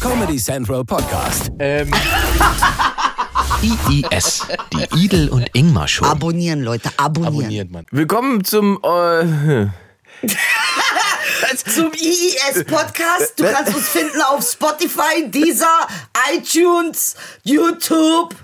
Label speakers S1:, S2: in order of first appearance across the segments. S1: Comedy Central Podcast.
S2: Ähm,
S3: IIS, die Idel und Ingmar Show.
S4: Abonnieren, Leute, abonnieren.
S2: abonniert man.
S5: Willkommen zum. Äh,
S4: Zum IIS-Podcast. Du kannst uns finden auf Spotify, Deezer, iTunes, YouTube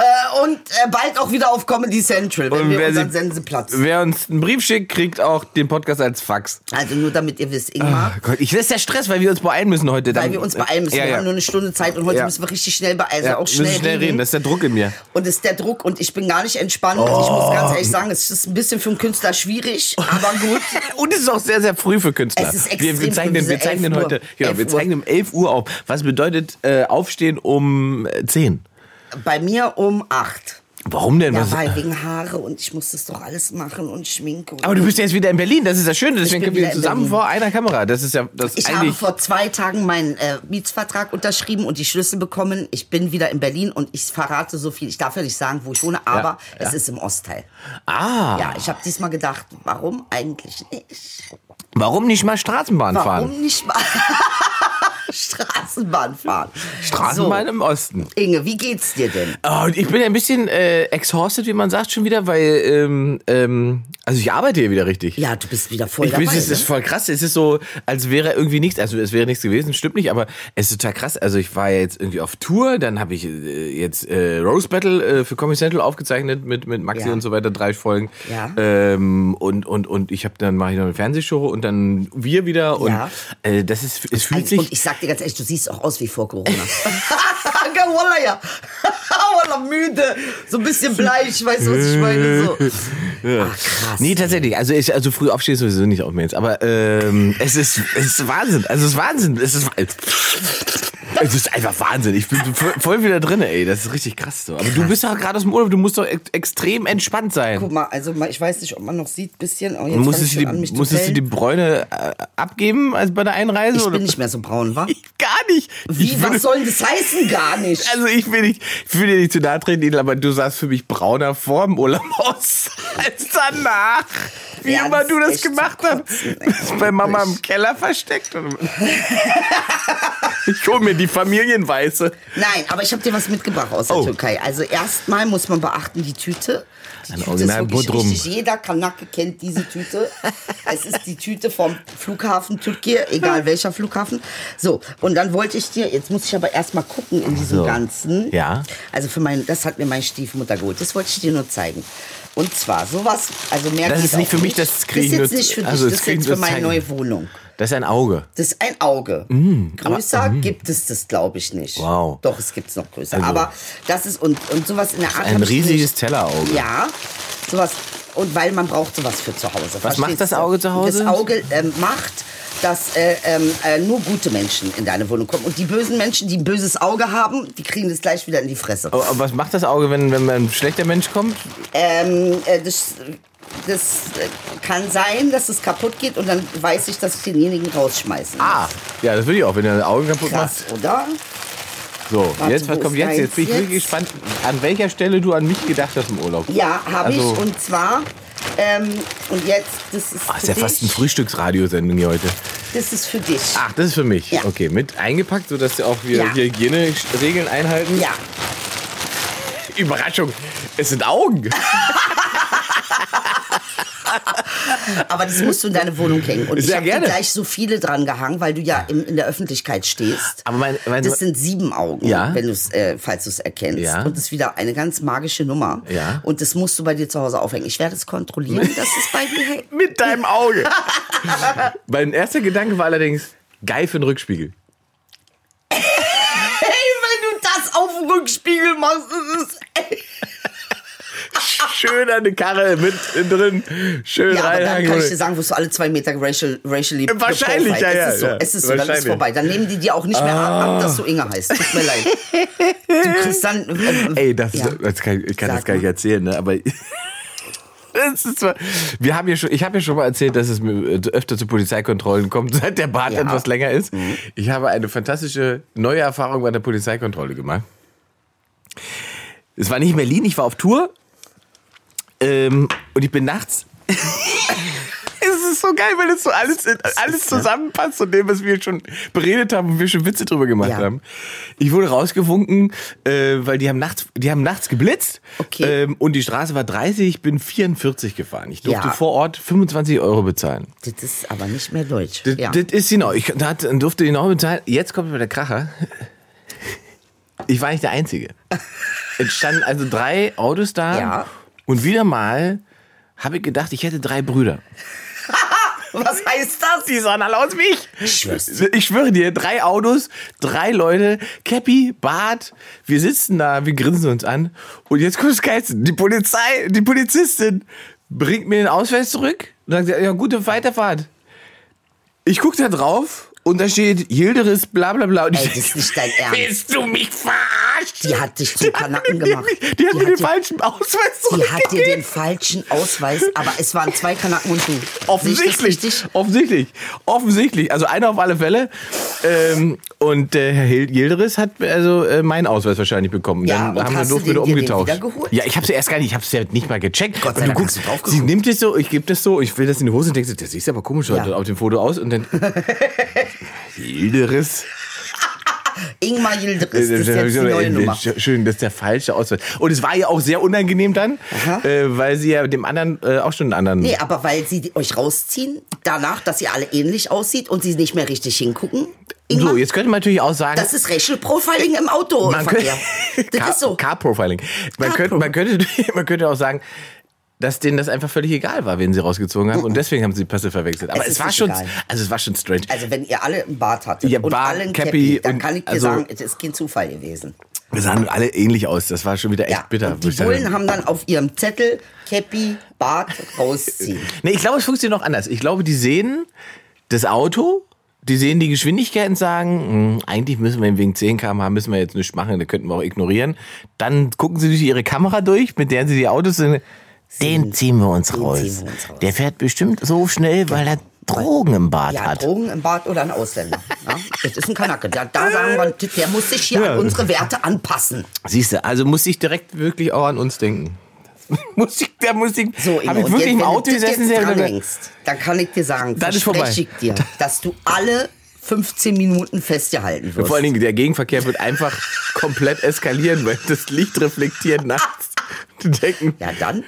S4: äh, und äh, bald auch wieder auf Comedy Central, wenn
S5: Und
S4: wir
S5: wer
S4: unseren
S5: sie-
S4: Senseplatz.
S5: wer uns einen Brief schickt, kriegt auch den Podcast als Fax.
S4: Also nur damit ihr wisst, Ingmar.
S5: Oh Gott, ich, das ist der Stress, weil wir uns beeilen müssen heute.
S4: Weil
S5: Dann-
S4: wir uns beeilen müssen.
S5: Ja,
S4: wir
S5: ja.
S4: haben nur eine Stunde Zeit und heute
S5: Ja.
S4: müssen wir richtig schnell beeilen. Also
S5: ja,
S4: auch schnell,
S5: müssen schnell reden. Das ist der Druck in mir.
S4: Und es ist der Druck und ich bin gar nicht entspannt. Ich muss
S5: Oh.
S4: ganz ehrlich sagen, es ist ein bisschen für einen Künstler schwierig, aber gut.
S5: Und es ist auch sehr, sehr früh für Künstler.
S4: Es ist
S5: wir, wir
S4: extrem
S5: zeichnen,
S4: früh, diese
S5: wir zeichnen
S4: 11 Uhr.
S5: heute, genau,
S4: 11
S5: wir
S4: Uhr.
S5: zeichnen um 11 Uhr auf. Was bedeutet äh, aufstehen um äh, 10?
S4: Bei mir um acht.
S5: Warum denn?
S4: Ja,
S5: Was-
S4: weil wegen Haare und ich muss das doch alles machen und Schminke. Und
S5: aber du bist ja jetzt wieder in Berlin, das ist das Schöne, deswegen
S4: bin
S5: können wir
S4: wieder in
S5: zusammen
S4: Berlin.
S5: vor einer Kamera. Das ist ja das
S4: ich habe
S5: eigentlich
S4: vor zwei Tagen meinen äh, Mietsvertrag unterschrieben und die Schlüssel bekommen. Ich bin wieder in Berlin und ich verrate so viel. Ich darf ja nicht sagen, wo ich wohne, aber es ist im Ostteil.
S5: Ah,
S4: Ja, ich habe diesmal gedacht, warum eigentlich nicht?
S5: warum nicht mal Straßenbahn fahren?
S4: Warum nicht mal Straßenbahn fahren?
S5: Straßenbahn im Osten.
S4: So. Inge, wie geht's dir denn?
S5: Oh, und ich bin ein bisschen äh, exhausted, wie man sagt, schon wieder, weil ähm, ähm, also ich arbeite hier wieder richtig.
S4: Ja, du bist wieder voll
S5: Ich
S4: dabei.
S5: bin, es ist
S4: ne?
S5: voll krass. Es ist so, als wäre irgendwie nichts. Also es wäre nichts gewesen, stimmt nicht. Aber es ist total krass. Also ich war ja jetzt irgendwie auf Tour, dann habe ich äh, jetzt äh, Rose Battle äh, für Comedy Central aufgezeichnet mit mit Maxi
S4: Ja.
S5: und so weiter, drei Folgen.
S4: Ja.
S5: Ähm, und und und ich habe dann mache ich noch eine Fernsehshow und dann wir wieder und
S4: Ja.
S5: äh, das ist es fühlt
S4: Also,
S5: sich
S4: und ich sag dir ganz ehrlich, du siehst auch aus wie vor Corona. Ja, Wallah, ja. Wallah, müde. So ein bisschen bleich, weißt du, was ich meine? So. Ach, krass.
S5: Nee, tatsächlich. Also, ich, also früh aufstehen ist sowieso nicht auf mir jetzt. Aber ähm, es, ist, es ist Wahnsinn. Also es ist Wahnsinn. Es ist, es ist einfach Wahnsinn. Ich bin voll, voll wieder drin, ey. Das ist richtig krass so. Aber du bist doch gerade aus dem Urlaub. Du musst doch ex extrem entspannt sein.
S4: Guck mal, also mal- ich weiß nicht, ob man noch sieht, bisschen. Oh, jetzt fang ich
S5: Musstest du
S4: schon an, mich
S5: die,
S4: zu
S5: musstest du die
S4: fällen.
S5: Bräune äh, abgeben als bei der Einreise?
S4: ich
S5: oder?
S4: bin nicht mehr so braun, wa?
S5: Gar nicht.
S4: Wie,
S5: ich würde-
S4: was soll denn das heißen? Gar nicht.
S5: Also ich will nicht, ich will dir nicht zu nahe treten, Edel, aber du sahst für mich brauner vor dem Urlaub aus als danach. Wie
S4: Ja,
S5: immer
S4: das
S5: du
S4: ist
S5: das
S4: echt zum
S5: gemacht hast.
S4: Kotzen, ey,
S5: Bist bei Mama im
S4: wirklich.
S5: Keller versteckt. und- ich hol mir die Familienweiße.
S4: Nein, aber ich habe dir was mitgebracht aus der
S5: Oh.
S4: Türkei. Also erstmal muss man beachten, die Tüte. Die
S5: Ein
S4: Tüte
S5: Original Bodrum.
S4: richtig. Jeder Kanake kennt diese Tüte. es ist die Tüte vom Flughafen Türkei, egal welcher Flughafen. So, und dann wollte ich dir, jetzt muss ich aber erstmal gucken in diesem
S5: So.
S4: Ganzen.
S5: Ja.
S4: Also für mein, das hat mir meine Stiefmutter geholt. Das wollte ich dir nur zeigen. Und zwar sowas, also mehr
S5: Das
S4: geht
S5: ist nicht
S4: auch
S5: für mich, das krieg ich
S4: Das ist jetzt
S5: nur-
S4: nicht für dich,
S5: also das
S4: das ist
S5: krieg ich
S4: jetzt für
S5: nur
S4: meine
S5: zeigen.
S4: neue Wohnung.
S5: Das ist ein Auge.
S4: Das ist ein Auge. größer gibt es das, glaube ich, nicht.
S5: Mm. Ah, Wow. Also,
S4: Doch, es gibt es noch größer. aber das ist, und, und sowas in der Art.
S5: Ein
S4: hab ich
S5: riesiges
S4: nicht.
S5: Tellerauge.
S4: Ja, sowas. Und weil man braucht sowas für zu Hause.
S5: Was macht
S4: verstehst
S5: das
S4: du?
S5: Auge zu Hause?
S4: Das Auge ähm, macht, dass äh, ähm, äh, nur gute Menschen in deine Wohnung kommen. Und die bösen Menschen, die ein böses Auge haben, die kriegen das gleich wieder in die Fresse.
S5: Aber was macht das Auge, wenn, wenn ein schlechter Mensch kommt?
S4: Ähm, äh, das, das äh, kann sein, dass es kaputt geht und dann weiß ich, dass ich denjenigen rausschmeißen muss.
S5: Ah, ja, das will ich auch, wenn er ein Auge kaputt
S4: Krass, oder?
S5: macht. So,
S4: Warte,
S5: jetzt, was
S4: wo
S5: kommt
S4: ist
S5: jetzt? Jetzt bin ich
S4: deins
S5: wirklich gespannt, an welcher Stelle du an mich gedacht hast im Urlaub.
S4: Ja, habe
S5: Also-
S4: ich. Und zwar, ähm, und jetzt, das ist,
S5: Ah, ist
S4: für
S5: ja fast eine
S4: dich.
S5: Frühstücksradiosendung hier heute.
S4: Das ist für dich.
S5: Ach, das ist für mich.
S4: Ja.
S5: Okay, mit eingepackt, sodass wir auch wir
S4: Ja.
S5: hier Hygieneregeln einhalten.
S4: Ja.
S5: Überraschung, es sind Augen.
S4: Aber das musst du in deine Wohnung hängen. Und
S5: Sehr
S4: ich habe dir
S5: gerne.
S4: gleich so viele dran gehangen, weil du ja im, in der Öffentlichkeit stehst.
S5: Aber mein- mein-
S4: das sind sieben Augen,
S5: Ja.
S4: wenn du's, äh, falls du es erkennst.
S5: Ja.
S4: Und das ist wieder eine ganz magische Nummer.
S5: Ja.
S4: Und das musst du bei dir zu Hause aufhängen. Ich werde es kontrollieren, dass es bei dir hängt.
S5: Mit deinem Auge. mein erster Gedanke war allerdings, geil für den Rückspiegel.
S4: Hey, wenn du das auf den Rückspiegel machst, ist es
S5: Schön eine Karre mit drin. Schön
S4: Ja, aber dann
S5: reinhaken.
S4: kann ich dir sagen, wirst du alle zwei Meter racial, racially
S5: Äh, Wahrscheinlich,
S4: profiled.
S5: ja, ja,
S4: Es ist so,
S5: ja.
S4: es ist so, dann ist
S5: Wahrscheinlich.
S4: vorbei. Dann nehmen die dir auch nicht mehr ab, dass du Inge heißt. Tut mir leid. Du kriegst dann... ähm,
S5: Ey, das
S4: ja.
S5: ist, äh, das kann, ich kann das
S4: Sag
S5: gar nicht
S4: mal.
S5: erzählen, ne? aber das ist zwar, wir haben ja schon, ich habe ja schon mal erzählt, dass es mir äh, öfter zu Polizeikontrollen kommt, seit der Bart
S4: Ja. Mhm.
S5: etwas länger ist. Ich habe eine fantastische neue Erfahrung bei der Polizeikontrolle gemacht. Es war nicht in Berlin, ich war auf Tour ähm, und ich bin nachts. es ist so geil, weil es so alles, alles zusammenpasst und dem, was wir schon beredet haben und wir schon Witze drüber gemacht
S4: Ja.
S5: haben. Ich wurde rausgewunken, äh, weil die haben nachts, die haben nachts geblitzt.
S4: Okay.
S5: Ähm, und die Straße war 30, ich bin 44 gefahren. Ich durfte
S4: Ja.
S5: vor Ort 25 Euro bezahlen.
S4: Das ist aber nicht mehr deutsch.
S5: Das,
S4: ja.
S5: das ist genau. Ich da hat- durfte die Norm bezahlen. Jetzt kommt aber der Kracher. Ich war nicht der Einzige. Es standen also drei Autos da.
S4: Ja.
S5: Und wieder mal habe ich gedacht, ich hätte drei Brüder.
S4: Was heißt das?
S5: Die sahen alle aus wie ich.
S4: schwör's
S5: Ich schwöre dir, drei Autos, drei Leute, Cappy, Bart. Wir sitzen da, wir grinsen uns an. Und jetzt kommt das Geilste. Die Polizei, die Polizistin bringt mir den Ausweis zurück und sagt, ja, gute Weiterfahrt. Ich gucke da drauf und da steht Hilderis, bla bla bla. Und ich
S4: Ey, das ist nicht dein Ernst.
S5: Willst du mich verarscht?
S4: Die hat dich zum Kanacken
S5: mir den-
S4: gemacht.
S5: Die hat
S4: Die
S5: mir
S4: hat
S5: den
S4: dir-
S5: falschen Ausweis
S4: Die hat dir den
S5: zurückgegeben.
S4: falschen Ausweis, aber es waren zwei Kanaken und du. Sehe ich das
S5: Offensichtlich,
S4: richtig?
S5: offensichtlich, offensichtlich. Also einer auf alle Fälle. Ähm, und äh, Herr Hil- Yildiz hat also äh, meinen Ausweis wahrscheinlich bekommen.
S4: Ja,
S5: Dann
S4: und
S5: haben wir
S4: hast du
S5: durften wir
S4: den dir den
S5: umgetauscht.
S4: wieder geholt?
S5: Ja, ich habe sie erst gar nicht, ich habe sie halt nicht mal gecheckt.
S4: Gott sei
S5: Und
S4: Dank
S5: du
S4: hast
S5: guckst,
S4: du drauf
S5: sie
S4: geguckt.
S5: nimmt es so, ich gebe das so, ich will das in die Hose und denkst, das sieht aber komisch
S4: Ja.
S5: heute auf dem Foto aus und dann Yildiz.
S4: Ingmar Yildiz, das ist jetzt die neue Nummer.
S5: Äh, Schön, das ist der falsche Ausweis. Und es war ja auch sehr unangenehm dann,
S4: Aha.
S5: äh, weil sie ja dem anderen äh, auch schon einen anderen.
S4: Nee, aber weil sie die- euch rausziehen, danach, dass ihr alle ähnlich aussieht und sie nicht mehr richtig hingucken. Ingmar,
S5: so, jetzt könnte man natürlich auch sagen,
S4: das ist Racial Profiling im Auto.
S5: man könnte,
S4: Das
S5: Car,
S4: ist so.
S5: Car-Profiling. Man,
S4: Car-Pro-
S5: könnte, man, könnte, man könnte auch sagen, dass denen das einfach völlig egal war, wen sie rausgezogen haben. Und deswegen haben sie die Pässe verwechselt. Aber
S4: Es
S5: es,
S4: ist
S5: war
S4: nicht
S5: schon,
S4: egal.
S5: also es war schon strange.
S4: Also wenn ihr alle einen Bart hattet
S5: Ja,
S4: und
S5: Bart,
S4: alle einen
S5: Cappy
S4: Cappy, dann
S5: und-
S4: kann ich dir
S5: also-
S4: sagen, es ist kein Zufall gewesen.
S5: Wir sahen alle ähnlich aus. Das war schon wieder echt
S4: Ja,
S5: bitter.
S4: und
S5: wo
S4: die
S5: ich dann-
S4: Bullen haben dann auf ihrem Zettel Cappy, Bart rausziehen.
S5: Nee, ich glaube, es funktioniert noch anders. Ich glaube, die sehen das Auto, die sehen die Geschwindigkeit und sagen, "Mh, eigentlich müssen wir wegen 10 km/h müssen wir jetzt nichts machen, da könnten wir auch ignorieren. Dann gucken sie durch ihre Kamera durch, mit der sie die Autos sehen. Den ziehen wir uns,
S4: den
S5: raus.
S4: ziehen wir uns raus.
S5: Der fährt bestimmt so schnell, weil er Drogen im Bad
S4: Ja,
S5: hat.
S4: Drogen im Bad oder ein Ausländer. Ja, das ist ein Kanake. Da, da sagen wir, der muss sich hier an unsere Werte anpassen.
S5: Siehst du, also muss ich direkt wirklich auch an uns denken. muss ich, da muss ich,
S4: So, Ingo,
S5: hab ich
S4: und
S5: wirklich
S4: jetzt,
S5: im
S4: wenn
S5: Auto
S4: du das
S5: gesessen?
S4: jetzt
S5: sehr-
S4: dranhängst, dann kann ich dir sagen,
S5: Dann ist
S4: verspreche ich
S5: vorbei.
S4: dir, dass du alle 15 Minuten festgehalten wirst.
S5: Vor allen Dingen, der Gegenverkehr wird einfach komplett eskalieren, weil das Licht reflektiert nachts. Die denken.
S4: ja, dann.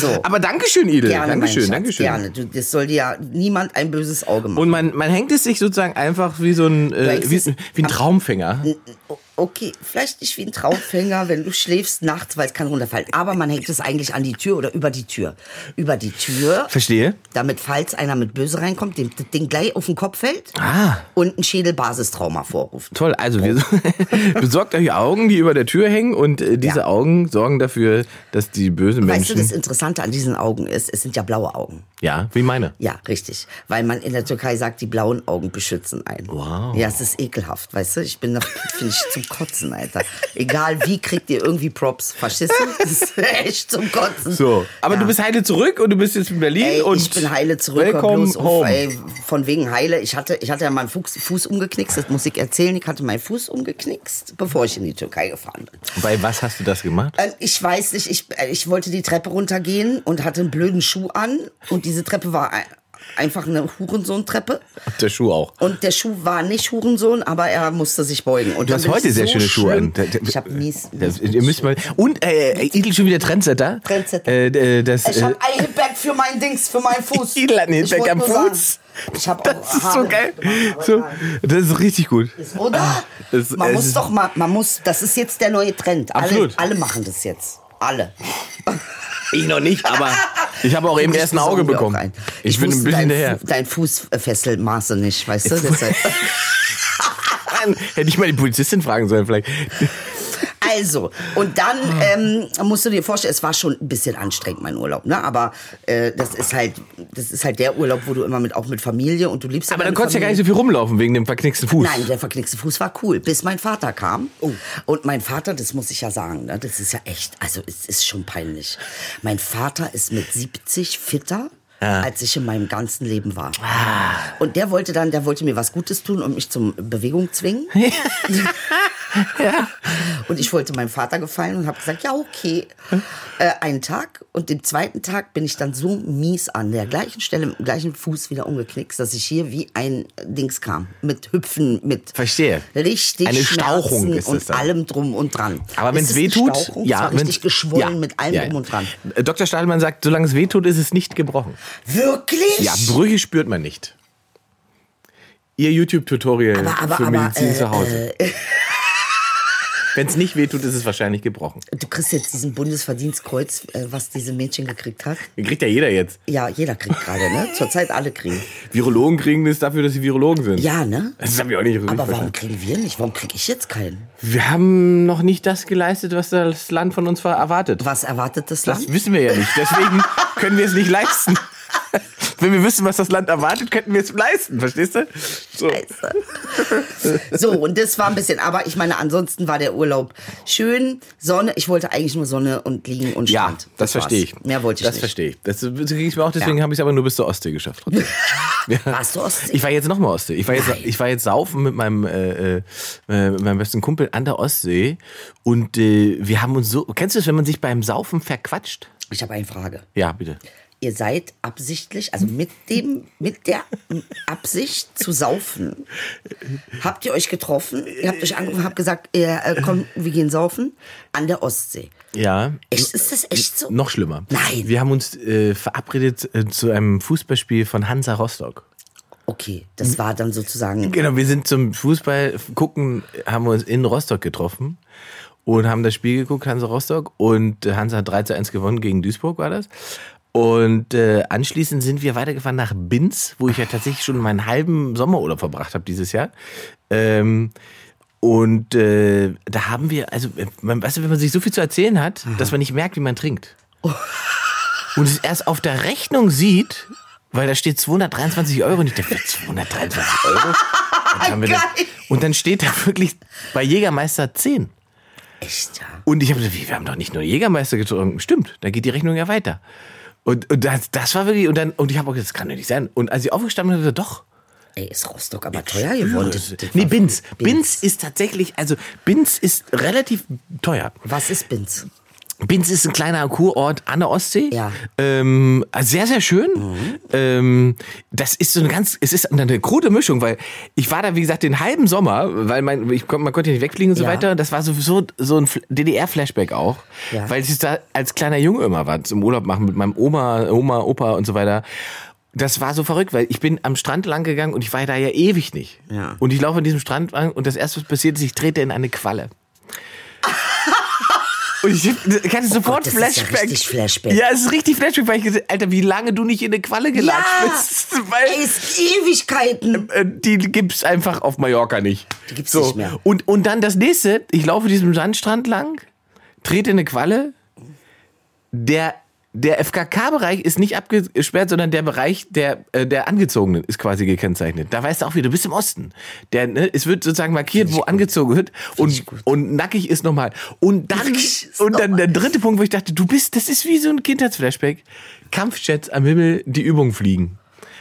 S4: So.
S5: Aber Dankeschön, Idel.
S4: gerne, mein
S5: Dankeschön,
S4: Schatz,
S5: Dankeschön.
S4: Gerne. Du, das soll dir ja niemand ein böses Auge machen.
S5: Und man, man hängt es sich sozusagen einfach wie so ein, äh,
S4: hängst
S5: wie,
S4: es
S5: wie ein Traumfänger.
S4: O- Okay, vielleicht nicht wie ein Traumfänger, wenn du schläfst nachts, weil es kann runterfallen. Aber man hängt es eigentlich an die Tür oder über die Tür. Über die Tür.
S5: Verstehe.
S4: Damit, falls einer mit Böse reinkommt, dem das Ding gleich auf den Kopf fällt
S5: Ah.
S4: und ein Schädelbasistrauma vorruft.
S5: Toll, also wir, besorgt euch Augen, die über der Tür hängen und äh,
S4: Oh.
S5: diese
S4: Ja.
S5: Augen sorgen dafür, dass die bösen
S4: Weißt du,
S5: Menschen,
S4: das Interessante an diesen Augen ist, es sind ja blaue Augen.
S5: ja, wie meine.
S4: Ja, richtig. Weil man in der Türkei sagt, die blauen Augen beschützen einen.
S5: Wow.
S4: Ja, es ist ekelhaft, weißt du? Ich bin da, finde ich, zum Kotzen, Alter. Egal wie, kriegt ihr irgendwie Props. Verstehst du? Das ist echt zum Kotzen.
S5: So, aber
S4: Ja.
S5: du bist heile zurück und du bist jetzt in Berlin
S4: Ey,
S5: und
S4: ich bin heile zurück. hör
S5: Welcome
S4: bloß auf,
S5: home.
S4: ey, von wegen heile. Ich hatte, ich hatte ja meinen Fuchs, Fuß umgeknickst, das muss ich erzählen. Ich hatte meinen Fuß umgeknickst, bevor ich in die Türkei gefahren bin.
S5: Bei was hast du das gemacht?
S4: Ähm, ich weiß nicht, ich, äh, ich wollte die Treppe runtergehen und hatte einen blöden Schuh an. Und diese Treppe war ein- einfach eine Hurensohn-Treppe.
S5: Der Schuh auch.
S4: Und der Schuh war nicht Hurensohn, aber er musste sich beugen. Und
S5: Du
S4: dann
S5: hast
S4: bin
S5: heute
S4: ich
S5: sehr
S4: so
S5: schöne Schuhe
S4: schlimm-
S5: an. Der- der-
S4: Ich habe mies.
S5: Das, ihr müsst mal. Und äh, Idel schon wieder Trendsetter.
S4: Trendsetter.
S5: Äh, äh, das,
S4: Ich
S5: äh,
S4: habe ein Hipback für mein Dings, für meinen Fuß.
S5: Idel hat einen
S4: Ich
S5: Hipback
S4: wollte
S5: am
S4: nur sagen,
S5: Fuß.
S4: Ich habe auch
S5: das ist so
S4: Haare
S5: geil.
S4: gemacht, aber
S5: So,
S4: egal.
S5: das ist richtig gut.
S4: Oder?
S5: Es-
S4: man
S5: es
S4: muss
S5: ist-
S4: doch mal, man muss, das ist jetzt der neue Trend. Alle,
S5: Absolut.
S4: alle machen das jetzt. Alle.
S5: Ich noch nicht, aber ich habe auch eben erst ein Auge
S4: besorgen wir auch
S5: bekommen.
S4: einen.
S5: Ich, bin ein
S4: wusste, dein,
S5: bisschen daher.
S4: Fu- Dein Fußfesselmaße nicht, weißt du? Deshalb.
S5: Hätte ich mal die Polizistin fragen sollen, vielleicht.
S4: Also, und dann ähm, musst du dir vorstellen, es war schon ein bisschen anstrengend, mein Urlaub, ne? Aber äh, das ist halt, das ist halt der Urlaub, wo du immer mit, auch mit Familie und du liebst ja
S5: Aber
S4: deine
S5: dann konntest du ja gar
S4: Familie.
S5: nicht so viel rumlaufen wegen dem verknicksten Fuß.
S4: Nein, der verknickste Fuß war cool, bis mein Vater kam.
S5: Oh.
S4: Und mein Vater, das muss ich ja sagen, ne, das ist ja echt, also es ist schon peinlich. Mein Vater ist mit 70 fitter.
S5: Ah.
S4: als ich in meinem ganzen Leben war. Und der wollte dann, der wollte mir was Gutes tun und mich zum Bewegung zwingen. Und ich wollte meinem Vater gefallen und habe gesagt, ja, okay. Äh, einen Tag und den zweiten Tag bin ich dann so mies an der gleichen Stelle, mit dem gleichen Fuß wieder umgeknickt, dass ich hier wie ein Dings kam. Mit Hüpfen, mit.
S5: Verstehe.
S4: Richtig.
S5: Eine Stauchung
S4: Schmerzen
S5: ist es
S4: und
S5: dann.
S4: allem drum und dran.
S5: Aber wenn
S4: Ist
S5: es
S4: eine
S5: weh tut,
S4: Stauchung? Es war richtig
S5: wenn's-
S4: geschwollen
S5: ja,
S4: mit allem
S5: ja, ja.
S4: drum und dran.
S5: Äh, Dr. Stahlmann sagt, solange es weh tut, ist es nicht gebrochen.
S4: Wirklich?
S5: Ja, Brüche spürt man nicht. Ihr YouTube-Tutorial
S4: Aber- aber-
S5: für
S4: aber,
S5: Medizin
S4: äh,
S5: zu Hause. Wenn es nicht weh tut, ist es wahrscheinlich gebrochen.
S4: Du kriegst jetzt diesen Bundesverdienstkreuz, äh, was diese Mädchen gekriegt hat.
S5: Den kriegt ja jeder jetzt.
S4: Ja, jeder kriegt gerade, ne? Zurzeit alle kriegen.
S5: Virologen kriegen das dafür, dass sie Virologen sind.
S4: Ja, ne?
S5: Das haben wir auch nicht richtig
S4: Aber warum
S5: verstanden.
S4: kriegen wir nicht? Warum kriege ich jetzt keinen?
S5: Wir haben noch nicht das geleistet, was das Land von uns war- erwartet.
S4: Was erwartet das Land?
S5: Das wissen wir ja nicht. Deswegen können wir es nicht leisten. Wenn wir wissen, was das Land erwartet, könnten wir es leisten. Verstehst du? So.
S4: So, und das war ein bisschen, aber ich meine, ansonsten war der Urlaub schön, Sonne. Ich wollte eigentlich nur Sonne und liegen und
S5: Ja,
S4: Strand.
S5: das, verstehe
S4: war's.
S5: ich.
S4: Mehr wollte ich
S5: das
S4: nicht.
S5: verstehe ich. Das ging es mir auch, deswegen
S4: Ja.
S5: habe ich es aber nur bis zur Ostsee geschafft. trotzdem. Ja.
S4: Warst du Ostsee?
S5: Ich war jetzt nochmal Ostsee. Ich war jetzt,
S4: Nein.
S5: ich war jetzt saufen mit meinem, äh, äh, äh, mit meinem besten Kumpel an der Ostsee und äh, wir haben uns so. Kennst du das, wenn man sich beim Saufen verquatscht?
S4: Ich habe eine Frage.
S5: Ja, bitte.
S4: Ihr seid absichtlich, also mit dem, mit der Absicht zu saufen, habt ihr euch getroffen, ihr habt euch angerufen, habt gesagt, ihr, äh, komm, wir gehen saufen an der Ostsee.
S5: Ja.
S4: Echt, ist das echt so?
S5: Noch schlimmer.
S4: Nein.
S5: Wir haben uns äh, verabredet äh, zu einem Fußballspiel von Hansa Rostock.
S4: Okay, das war dann sozusagen
S5: Genau, wir sind zum Fußball gucken, haben wir uns in Rostock getroffen und haben das Spiel geguckt, Hansa Rostock. Und äh, Hansa hat 3 zu 1 gewonnen gegen Duisburg, war das. Und äh, anschließend sind wir weitergefahren nach Binz, wo ich ja tatsächlich schon meinen halben Sommerurlaub verbracht habe dieses Jahr. Ähm, und äh, da haben wir, also, äh, man, weißt du, wenn man sich so viel zu erzählen hat, dass man nicht merkt, wie man trinkt. Und es erst auf der Rechnung sieht, weil da steht 223 Euro und ich dachte, 223 Euro? Dann haben wir das.
S4: Geil.
S5: Und dann steht da wirklich bei Jägermeister 10.
S4: echt, ja.
S5: Und ich habe gesagt, wie, wir haben doch nicht nur Jägermeister getrunken. Stimmt, da geht die Rechnung ja weiter. Und, und das, das war wirklich, und, dann, und ich habe auch gesagt, das kann doch nicht sein. Und als ich aufgestanden bin, habe ich gesagt, doch.
S4: Ey, ist Rostock aber teuer geworden. Das, das
S5: nee,
S4: war-
S5: Binz. Binz. ist tatsächlich, also Binz ist relativ teuer.
S4: Was ist Binz?
S5: Binz ist ein kleiner Kurort an der Ostsee.
S4: Ja.
S5: Ähm, also sehr, sehr schön. Ähm, das ist so eine ganz, es ist eine krude Mischung, weil ich war da, wie gesagt, den halben Sommer, weil mein, ich, kon- man konnte ja nicht wegfliegen und so
S4: Ja.
S5: weiter. Das war sowieso so ein Fl- DDR-Flashback auch.
S4: Ja.
S5: Weil ich da als kleiner Junge immer war, zum Urlaub machen mit meinem Oma, Oma, Opa und so weiter. Das war so verrückt, weil ich bin am Strand lang gegangen und ich war da ja ewig nicht.
S4: Ja.
S5: Und ich laufe an diesem Strand lang und das erste, was passiert ist, ich trete in eine Qualle. Und ich, ich hatte sofort
S4: Oh das ist ja
S5: Flashback.
S4: richtig Flashback.
S5: Ja, es ist richtig Flashback, weil ich gesagt Alter, wie lange du nicht in eine Qualle gelatscht bist. Weil
S4: Ey, ist Ewigkeiten.
S5: äh, die gibt's einfach auf Mallorca nicht.
S4: Die gibt's nicht mehr.
S5: Und, und dann das nächste, ich laufe diesem Sandstrand lang, trete in eine Qualle. Der, der FKK-Bereich ist nicht abgesperrt, sondern der Bereich der, äh, der Angezogenen ist quasi gekennzeichnet. Da weißt du auch wieder, du bist im Osten. Der, ne, es wird sozusagen markiert, wo angezogen wird und, und nackig ist nochmal. Und dann,
S4: Nackig ist
S5: und dann
S4: nochmal.
S5: der dritte Punkt, wo ich dachte, du bist, das ist wie so ein Kindheitsflashback. Kampfjets am Himmel, die Übung fliegen.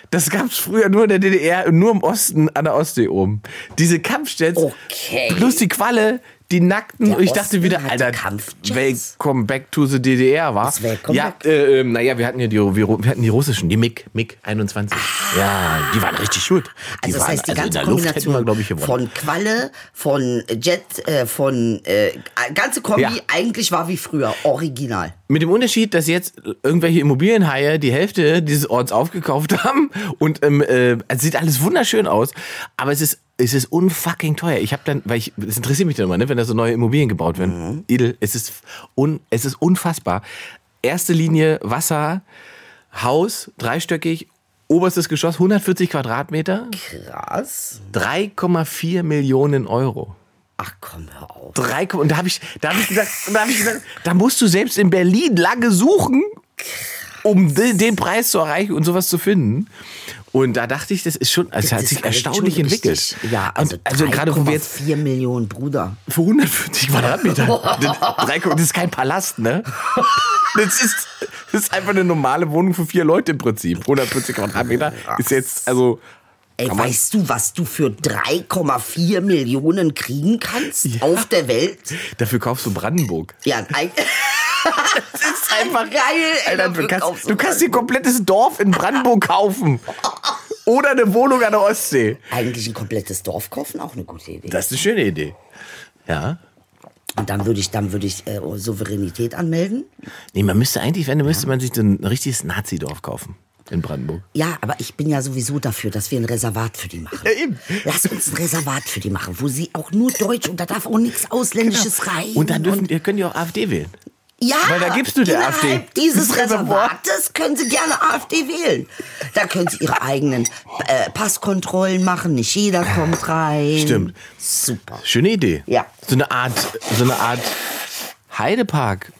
S5: Das gab's früher nur in der DDR und nur im Osten an der Ostsee oben. Diese Kampfjets
S4: Okay.
S5: plus die Qualle, die nackten.
S4: Der
S5: und ich dachte
S4: Osten
S5: wieder,
S4: hatte
S5: Alter,
S4: Kampfjets.
S5: welcome back to the DDR, war.
S4: Das Welcome
S5: ja,
S4: back.
S5: äh, äh, naja, wir hatten ja die, wir, wir hatten die russischen, die MiG, MiG 21. Ja, die waren richtig schuld. Die
S4: Ah. Also das
S5: waren,
S4: heißt, die
S5: also in
S4: ganze
S5: der Luft hätten
S4: Kombination
S5: wir, glaube ich, gewonnen.
S4: von Qualle, von Jet, äh, von äh, ganze Kombi
S5: Ja.
S4: eigentlich war wie früher, original.
S5: Mit dem Unterschied, dass jetzt irgendwelche Immobilienhaie die Hälfte dieses Orts aufgekauft haben und ähm, äh, es sieht alles wunderschön aus, aber es ist es ist unfucking teuer. Ich habe dann, weil ich, das interessiert mich dann immer, ne, wenn da so neue Immobilien gebaut werden. Edel, es ist un, es ist unfassbar. Erste Linie Wasser, Haus dreistöckig, oberstes Geschoss 140 Quadratmeter,
S4: Krass.
S5: 3,4 Millionen Euro.
S4: Ach komm, hör auf.
S5: Drei, Ko- und da habe ich, da habe ich gesagt, und da habe ich gesagt, da musst du selbst in Berlin lange suchen, um de, den Preis zu erreichen und sowas zu finden. Und da dachte ich, das ist schon, also es hat
S4: Das
S5: sich
S4: ist alles
S5: erstaunlich
S4: schon richtig.
S5: entwickelt.
S4: Ja, also,
S5: und, also gerade wo wir jetzt
S4: 4 Millionen, Bruder.
S5: für 140 Quadratmeter, das, drei Ko- das ist kein Palast, ne? Das ist, das ist einfach eine normale Wohnung für vier Leute im Prinzip. 140 Quadratmeter ist jetzt also
S4: Ey,
S5: man-
S4: weißt du, was du für 3,4 Millionen kriegen kannst auf der Welt?
S5: Dafür kaufst du Brandenburg.
S4: Ja, ein, das ist einfach geil. Ey,
S5: Alter, du
S4: dafür kaufst
S5: kannst, du kannst dir ein komplettes Dorf in Brandenburg kaufen. Oder eine Wohnung an der Ostsee.
S4: eigentlich ein komplettes Dorf kaufen, auch eine gute Idee.
S5: Das ist eine schöne Idee. Ja.
S4: Und dann würde ich, dann würde ich äh, Souveränität anmelden.
S5: Nee, man müsste eigentlich, wenn, dann müsste man sich so ein richtiges Nazi-Dorf kaufen in Brandenburg.
S4: Ja, aber ich bin ja sowieso dafür, dass wir ein Reservat für die machen.
S5: Ja, eben.
S4: Lass uns ein Reservat für die machen, wo sie auch nur Deutsch und da darf auch nichts Ausländisches rein.
S5: Genau. Und dann dürfen, ihr könnt ihr auch AfD wählen.
S4: Ja,
S5: Weil da gibst du der
S4: innerhalb
S5: AfD.
S4: dieses
S5: Reservoir.
S4: Reservates können sie gerne AfD wählen. Da können sie ihre eigenen äh, Passkontrollen machen, nicht jeder kommt rein.
S5: Stimmt.
S4: Super.
S5: Schöne Idee.
S4: Ja.
S5: So eine Art, so eine Art Heidepark.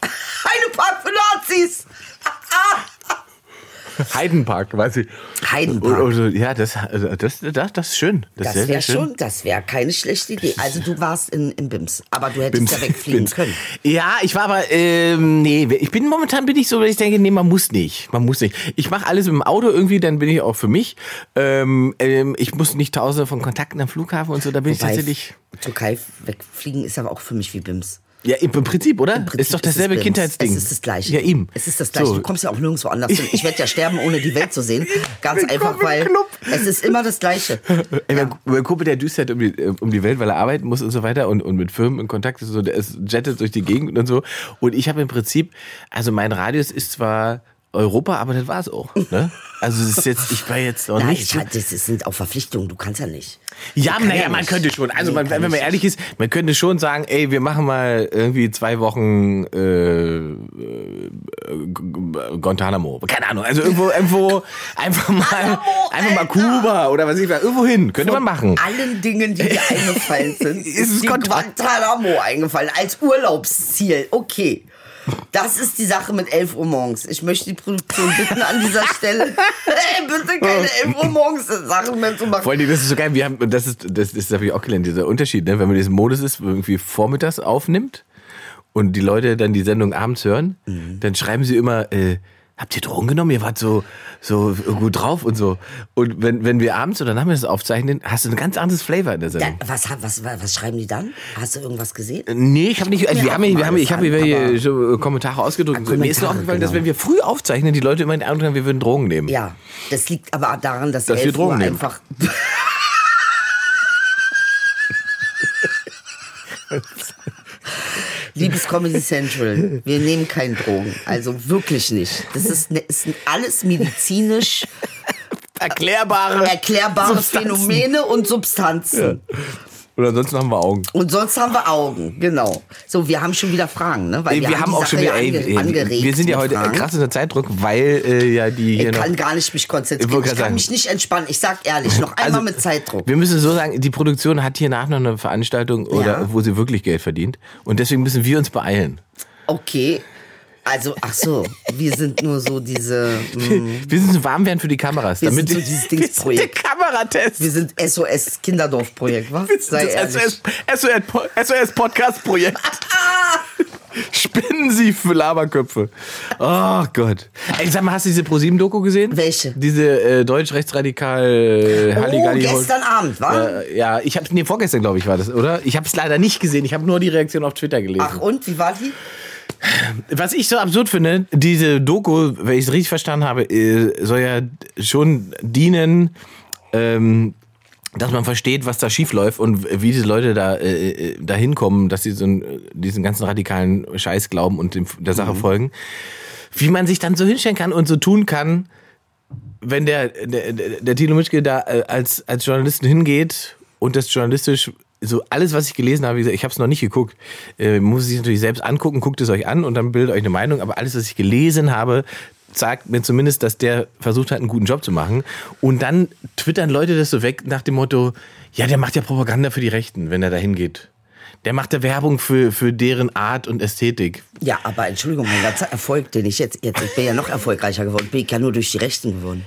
S4: Eine Pack für Nazis!
S5: Heidenpark, weiß ich.
S4: Heidenpark.
S5: Oder- oder- ja, das, also das, das, das ist schön. Das, ist
S4: Das
S5: sehr, sehr
S4: wäre
S5: schön.
S4: schon, das wäre keine schlechte Idee. Also du warst in, in Bims, aber du hättest ja wegfliegen
S5: Bin's.
S4: können.
S5: Ja, ich war aber, ähm, nee, ich bin momentan bin ich so, dass ich denke, nee, man muss nicht. Man muss nicht. Ich mache alles im Auto irgendwie, dann bin ich auch für mich. Ähm, ähm, ich muss nicht tausende von Kontakten am Flughafen und so, da bin ich
S4: Wobei,
S5: tatsächlich.
S4: Türkei wegfliegen ist aber auch für mich wie Bims.
S5: Ja, im Prinzip, oder?
S4: Prinzip
S5: ist doch
S4: es
S5: dasselbe
S4: Bims.
S5: Kindheitsding.
S4: Es ist das gleiche.
S5: Ja, eben.
S4: Es ist das gleiche.
S5: So.
S4: Du kommst ja auch nirgendwo anders hin. Ich werde ja sterben, ohne die Welt zu sehen. Ganz
S5: Willkommen
S4: einfach, weil
S5: im Club.
S4: es ist immer das gleiche.
S5: Ey, mein, mein Kumpel, der düst halt um die, äh, um die Welt, weil er arbeiten muss und so weiter und, und mit Firmen in Kontakt ist und so, der ist jettet durch die Gegend und so. Und ich habe im Prinzip, also mein Radius ist zwar Europa, aber das war's auch. Ne? Also es ist jetzt, ich war jetzt noch
S4: Nein,
S5: nicht.
S4: ich, das sind auch Verpflichtungen. Du kannst ja nicht.
S5: ja,
S4: kann
S5: naja,
S4: ja
S5: man
S4: nicht.
S5: könnte schon. Also
S4: Nee,
S5: man,
S4: kann
S5: wenn man
S4: ich
S5: ehrlich ist, man könnte schon sagen, ey, wir machen mal irgendwie zwei Wochen äh, äh, Guantanamo. Keine Ahnung. Also irgendwo, irgendwo einfach mal, einfach mal Kuba oder was weiß ich was, irgendwo hin. Könnte man machen.
S4: Allen Dingen, die dir eingefallen sind,
S5: Ist
S4: ist
S5: es
S4: dir
S5: Kontakt?
S4: Guantanamo eingefallen als Urlaubsziel. Okay. Das ist die Sache mit 11 Uhr morgens. Ich möchte die Produktion bitten an dieser Stelle, ey, bitte keine 11 Uhr morgens Sachen mehr zu machen.
S5: Vor allem, das ist so geil. Wir haben, und das ist, das ist, das habe ich auch gelernt, dieser Unterschied, ne? Wenn man diesen Modus ist, irgendwie vormittags aufnimmt und die Leute dann die Sendung abends hören,
S4: Mhm.
S5: dann schreiben sie immer, äh, habt ihr Drogen genommen? Ihr wart so, so gut drauf und so. Und wenn, wenn wir abends oder nachmittags aufzeichnen, hast du ein ganz anderes Flavor in der
S4: Da,
S5: Sendung.
S4: was, ha- was, wa- was schreiben die dann? Hast du irgendwas gesehen?
S5: Nee, ich habe nicht. Also wir
S4: auch
S5: haben, hier-
S4: mal
S5: wir haben, ich habe
S4: alles an,
S5: hier
S4: aber-
S5: so Kommentare ausgedrückt. und so. Mir ist nur
S4: Kommentare,
S5: aufgefallen, dass
S4: genau.
S5: wenn wir früh aufzeichnen, die Leute immer den Eindruck haben, wir würden Drogen nehmen.
S4: Ja, das liegt aber daran, dass,
S5: Dass wir
S4: 11 Uhr
S5: Drogen nehmen.
S4: einfach. Liebes Comedy Central, wir nehmen keine Drogen. Also wirklich nicht. Das ist, ne- ist alles medizinisch
S5: Erklärbare.
S4: erklärbare
S5: Substanzen.
S4: Phänomene und Substanzen.
S5: Oder ansonsten haben wir Augen.
S4: Und sonst haben wir Augen, genau. So, wir haben schon wieder Fragen, ne? Weil
S5: Ey, Äh, wir, haben
S4: die
S5: auch
S4: Sache
S5: schon wieder,
S4: ja
S5: ey,
S4: ange
S5: ey,
S4: angeregt.
S5: wir sind ja
S4: mit
S5: heute äh,
S4: Fragen.
S5: krass unter Zeitdruck, weil äh, ja die hier
S4: Ich
S5: noch,
S4: kann gar nicht mich
S5: Ich wollte
S4: konzentrieren. Ich
S5: gerade
S4: kann
S5: sagen.
S4: mich nicht entspannen. Ich sag ehrlich, noch einmal
S5: Also,
S4: mit Zeitdruck.
S5: Wir müssen so sagen, die Produktion hat hier nach noch eine Veranstaltung oder wo sie wirklich Geld verdient und deswegen müssen wir uns beeilen.
S4: Okay. Also, ach so, wir sind nur so diese. mm,
S5: Wir sind so warm werden für die Kameras,
S4: Wir
S5: damit
S4: sind so dieses
S5: wir sind der
S4: Dingsprojekt.
S5: Kameratest.
S4: Wir sind SOS Kinderdorfprojekt, was? Sei
S5: das
S4: ehrlich.
S5: SOS, SOS, Po- SOS Podcast Projekt. Spinnen Sie für Laberköpfe. Oh Gott. Ey, sag mal, hast du diese ProSieben Doku gesehen?
S4: Welche?
S5: Diese äh, deutsch-rechtsradikal äh,
S4: Oh,
S5: Halligalli.
S4: gestern Abend, war?
S5: Äh, ja, ich habe nee, vorgestern glaube ich war das, oder? Ich habe es leider nicht gesehen. Ich habe nur die Reaktion auf Twitter gelesen.
S4: Ach und, wie war die?
S5: Was ich so absurd finde, diese Doku, wenn ich es richtig verstanden habe, äh, soll ja schon dienen, ähm, dass man versteht, was da schief läuft und wie diese Leute da äh, da hinkommen, dass sie so einen, diesen ganzen radikalen Scheiß glauben und dem, der Sache folgen. Wie man sich dann so hinstellen kann und so tun kann, wenn der, der, der der Thilo Mischke da äh, als, als Journalisten hingeht und das journalistisch, so alles, was ich gelesen habe, wie gesagt, ich habe es noch nicht geguckt, äh, muss es sich natürlich selbst angucken, guckt es euch an und dann bildet euch eine Meinung, aber alles, was ich gelesen habe, sagt mir zumindest, dass der versucht hat, einen guten Job zu machen. Und dann twittern Leute das so weg nach dem Motto, ja, der macht ja Propaganda für die Rechten, wenn er da hingeht. Der macht da Werbung für, für deren Art und Ästhetik.
S4: Ja, aber Entschuldigung, mein ganzer Erfolg, den ich jetzt, jetzt ich bin ja noch erfolgreicher geworden, bin ich ja nur durch die Rechten geworden.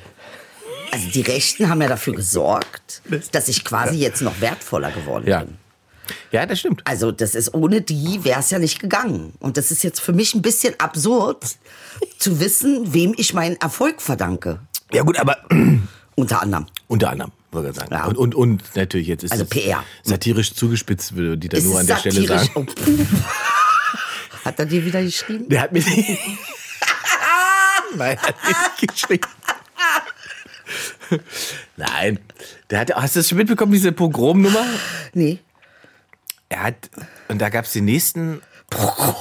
S4: Also die Rechten haben ja dafür gesorgt, dass ich quasi jetzt noch wertvoller geworden
S5: Ja.
S4: bin.
S5: Ja, das stimmt.
S4: Also das ist ohne die wäre es ja nicht gegangen. Und das ist jetzt für mich ein bisschen absurd zu wissen, wem ich meinen Erfolg verdanke.
S5: Ja gut, aber
S4: Unter anderem.
S5: Unter anderem, würde ich sagen.
S4: Ja.
S5: Und, und, und natürlich jetzt ist
S4: Also
S5: das
S4: PR.
S5: satirisch zugespitzt, würde die da
S4: Ist
S5: nur
S4: es
S5: an der Stelle
S4: satirisch?
S5: sagen.
S4: Oh, puh. Hat er dir wieder geschrieben?
S5: Der hat mir nicht. Nein, hat mir nicht geschrieben. Nein. Der hat, hast du das schon mitbekommen, diese Pogromnummer?
S4: Nee.
S5: Er hat. Und da gab es den nächsten. Ja,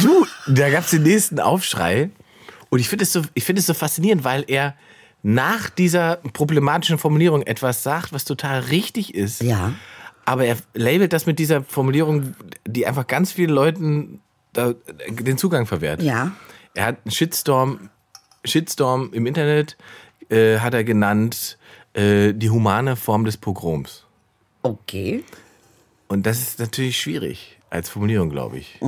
S5: du, da gab es den nächsten Aufschrei. Und ich finde es, so, ich find es so faszinierend, weil er nach dieser problematischen Formulierung etwas sagt, was total richtig ist.
S4: Ja.
S5: Aber er labelt das mit dieser Formulierung, die einfach ganz vielen Leuten da, den Zugang verwehrt.
S4: Ja.
S5: Er hat einen Shitstorm, Shitstorm im Internet, äh, hat er genannt, äh, die humane Form des Pogroms.
S4: Okay.
S5: Und das ist natürlich schwierig als Formulierung, glaube ich.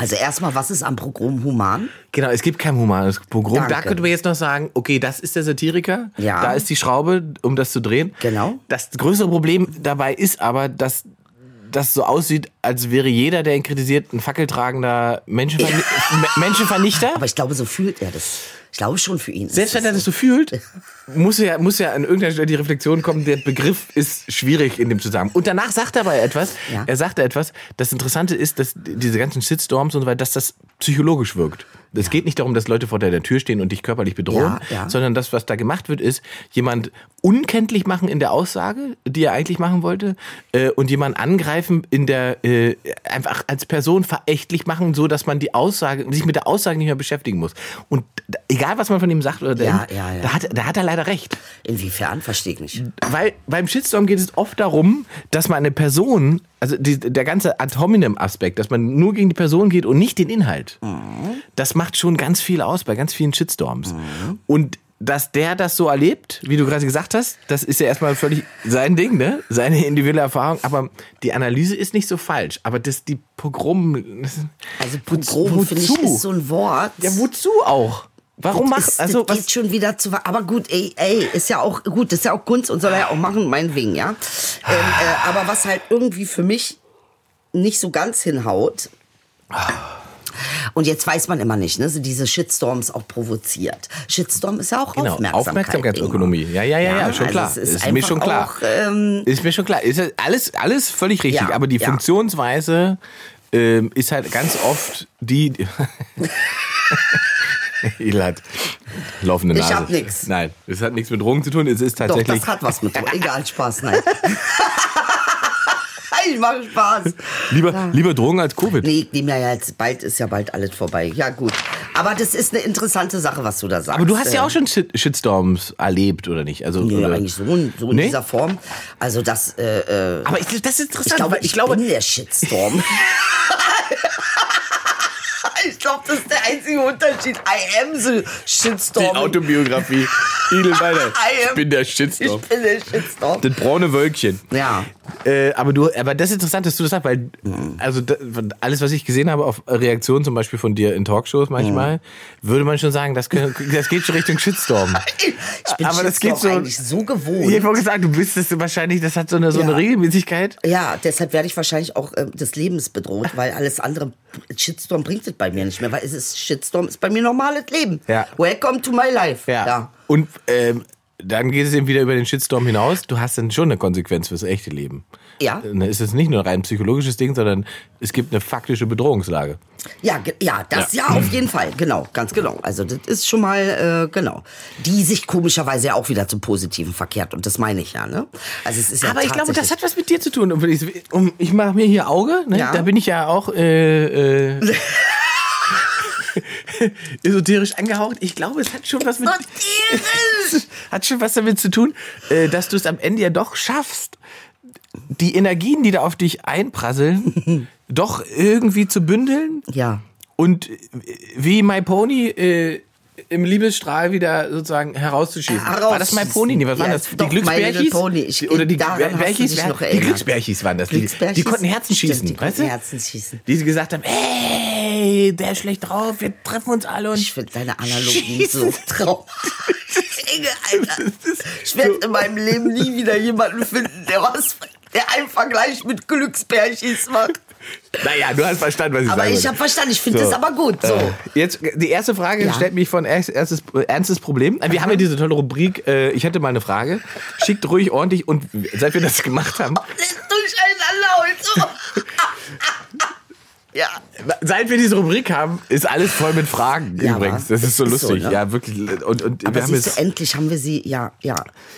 S4: Also erstmal, was ist am Programm human?
S5: Genau, es gibt kein humanes Pogrom. Da
S4: Danke.
S5: könnte man jetzt noch sagen, okay, das ist der Satiriker,
S4: Ja.
S5: da ist die Schraube, um das zu drehen.
S4: Genau.
S5: Das größere Problem dabei ist aber, dass das so aussieht, als wäre jeder, der ihn kritisiert, ein fackeltragender Menschenver Me- Menschenvernichter.
S4: Aber ich glaube, so fühlt er das. Ich glaube schon für ihn. ist
S5: Selbst wenn
S4: das
S5: er das so fühlt, muss ja, muss ja an irgendeiner Stelle die Reflexion kommen, der Begriff ist schwierig in dem Zusammenhang. Und danach sagt er aber etwas,
S4: Ja.
S5: er sagt etwas, das Interessante ist, dass diese ganzen Shitstorms und so weiter, dass das psychologisch wirkt. Es geht nicht darum, dass Leute vor deiner Tür stehen und dich körperlich
S4: Ja,
S5: bedrohen,
S4: ja.
S5: sondern das, was da gemacht wird, ist jemand unkenntlich machen in der Aussage, die er eigentlich machen wollte, äh, und jemand angreifen in der, äh, einfach als Person verächtlich machen, so dass man die Aussage, sich mit der Aussage nicht mehr beschäftigen muss. Und d- egal, was man von ihm sagt oder
S4: Ja,
S5: denkt,
S4: ja, ja.
S5: Da, hat, da hat er leider recht.
S4: Inwiefern? Verstehe ich nicht.
S5: Weil beim Shitstorm geht es oft darum, dass man eine Person, also die, der ganze ad hominem Aspekt, dass man nur gegen die Person geht und nicht den Inhalt. Das macht schon ganz viel aus bei ganz vielen Shitstorms. Und dass der das so erlebt, wie du gerade gesagt hast, das ist ja erstmal völlig sein Ding, ne? Seine individuelle Erfahrung. Aber die Analyse ist nicht so falsch. Aber das, die Pogrom.
S4: Also Pogrom, finde ich, ist so ein Wort.
S5: Ja, wozu auch? Warum
S4: Ist-
S5: machst
S4: das
S5: also was?
S4: geht schon wieder zu weit. Aber gut, ey, ey, ist ja auch gut, ist ja auch Kunst und soll er ja auch machen, meinetwegen, ja. Ähm, äh, aber was halt irgendwie für mich nicht so ganz hinhaut. Und jetzt weiß man immer nicht, ne? So diese Shitstorms auch provoziert. Shitstorm ist ja auch
S5: Genau,
S4: Aufmerksamkeit.
S5: Aufmerksamkeitsökonomie.
S4: Ingo.
S5: Ja, ja, ja, ja,
S4: also
S5: schon klar.
S4: Es ist,
S5: Ist mir
S4: einfach
S5: schon klar.
S4: Auch, ähm,
S5: Ist mir schon klar. Ist ja alles, alles völlig richtig.
S4: Ja,
S5: aber die
S4: ja.
S5: Funktionsweise ähm, ist halt ganz oft die. Elad, laufende
S4: Ich
S5: Nase.
S4: hab nix.
S5: Nein, es hat nichts mit Drogen zu tun. Es ist
S4: doch,
S5: tatsächlich.
S4: das hat was mit. Egal, Spaß, nein. ich mache Spaß.
S5: lieber, lieber Drogen als Covid.
S4: Nee, ich nehme ja jetzt, bald ist ja bald alles vorbei. Ja, gut. Aber das ist eine interessante Sache, was du da sagst.
S5: Aber du hast ja
S4: Äh,
S5: auch schon Shit Shitstorms erlebt, oder nicht? Also,
S4: Nö,
S5: oder-
S4: eigentlich so, in- so in
S5: Nee?
S4: dieser Form. Also das, äh, äh,
S5: Aber ich, das ist interessant.
S4: ich glaube,
S5: weil
S4: ich, bin der Shitstorm. ich glaube, das ist der einzige Unterschied. I am the
S5: die
S4: Shitstorm.
S5: Autobiografie. Edel Weiner.
S4: I am-
S5: Ich bin der
S4: ich
S5: Shitstorm.
S4: bin der Shitstorm.
S5: Das braune Wölkchen.
S4: Ja.
S5: Äh, aber du, aber das ist interessant, dass du das sagst, weil also da, alles, was ich gesehen habe auf Reaktionen zum Beispiel von dir in Talkshows manchmal, würde man schon sagen, das, können, das geht schon Richtung Shitstorm.
S4: Ich bin
S5: aber
S4: Shitstorm
S5: das geht so.
S4: eigentlich so gewohnt.
S5: Ich habe gesagt, du bist das wahrscheinlich, das hat so eine, so eine
S4: Ja.
S5: Regelmäßigkeit.
S4: Ja, deshalb werde ich wahrscheinlich auch ähm, des Lebens bedroht, weil alles andere Shitstorm bringt es bei mir nicht mehr, weil es ist Shitstorm ist bei mir normales Leben.
S5: Ja.
S4: Welcome to my life.
S5: Und ähm, dann geht es eben wieder über den Shitstorm hinaus. Du hast dann schon eine Konsequenz fürs echte Leben.
S4: Ja.
S5: Dann ist es nicht nur ein rein psychologisches Ding, sondern es gibt eine faktische Bedrohungslage.
S4: Ja, ge- ja, das ja. auf jeden Fall. Genau, ganz genau. Also das ist schon mal, äh, genau. Die sich komischerweise ja auch wieder zum Positiven verkehrt und das meine ich ja, ne? Also es ist ja
S5: Aber ich glaube, das
S4: tatsächlich-
S5: hat was mit dir zu tun. Und ich, um, ich mache mir hier Auge, ne?
S4: Ja.
S5: da bin ich ja auch äh, äh, esoterisch angehaucht. Ich glaube, es hat schon was mit
S4: Esoterisch!
S5: hat schon was damit zu tun, äh, dass du es am Ende ja doch schaffst, die Energien, die da auf dich einprasseln, doch irgendwie zu bündeln
S4: Ja.
S5: und äh, wie My Pony äh, im Liebesstrahl wieder sozusagen herauszuschießen.
S4: Herausschießen.
S5: War das My Pony? Nee, was waren
S4: Ja,
S5: das?
S4: doch,
S5: die Glücksbärchis?
S4: My Little Pony. Ich-
S5: Die- Oder die
S4: daran hast du
S5: Glücksbärchis?
S4: dich
S5: Wer-
S4: noch
S5: die
S4: erinnert.
S5: Glücksbärchis waren das. Die,
S4: Glücksbärchis?
S5: die konnten Herzen
S4: Stimmt,
S5: schießen,
S4: die konnten
S5: weißt du?
S4: Herzen schießen.
S5: Die gesagt haben, ey, der ist schlecht drauf, wir treffen uns alle und
S4: Ich finde deine Analogien
S5: schießen
S4: so traumhaft. Inge, Alter. Ich werde in meinem Leben nie wieder jemanden finden, der, was, der einen Vergleich mit Glücksbärchis macht.
S5: Naja, du hast verstanden, was ich
S4: Aber
S5: sagen
S4: ich
S5: wollte.
S4: habe verstanden, ich finde das aber gut so.
S5: Äh, Jetzt, die erste Frage
S4: Ja.
S5: stellt mich von erst- erstes, äh, ernstes Problem. Wir haben ja diese tolle Rubrik, äh, ich hätte mal eine Frage. Schickt ruhig ordentlich und seit wir das gemacht haben,
S4: Du scheiß Leute. ja.
S5: seit wir diese Rubrik haben, ist alles voll mit Fragen
S4: Ja,
S5: übrigens.
S4: wa?
S5: Das ist so
S4: Ist so,
S5: lustig.
S4: ne?
S5: Ja, wirklich. Und, und
S4: Aber
S5: wir haben
S4: siehst du,
S5: jetzt,
S4: endlich haben wir sie, ja, ja.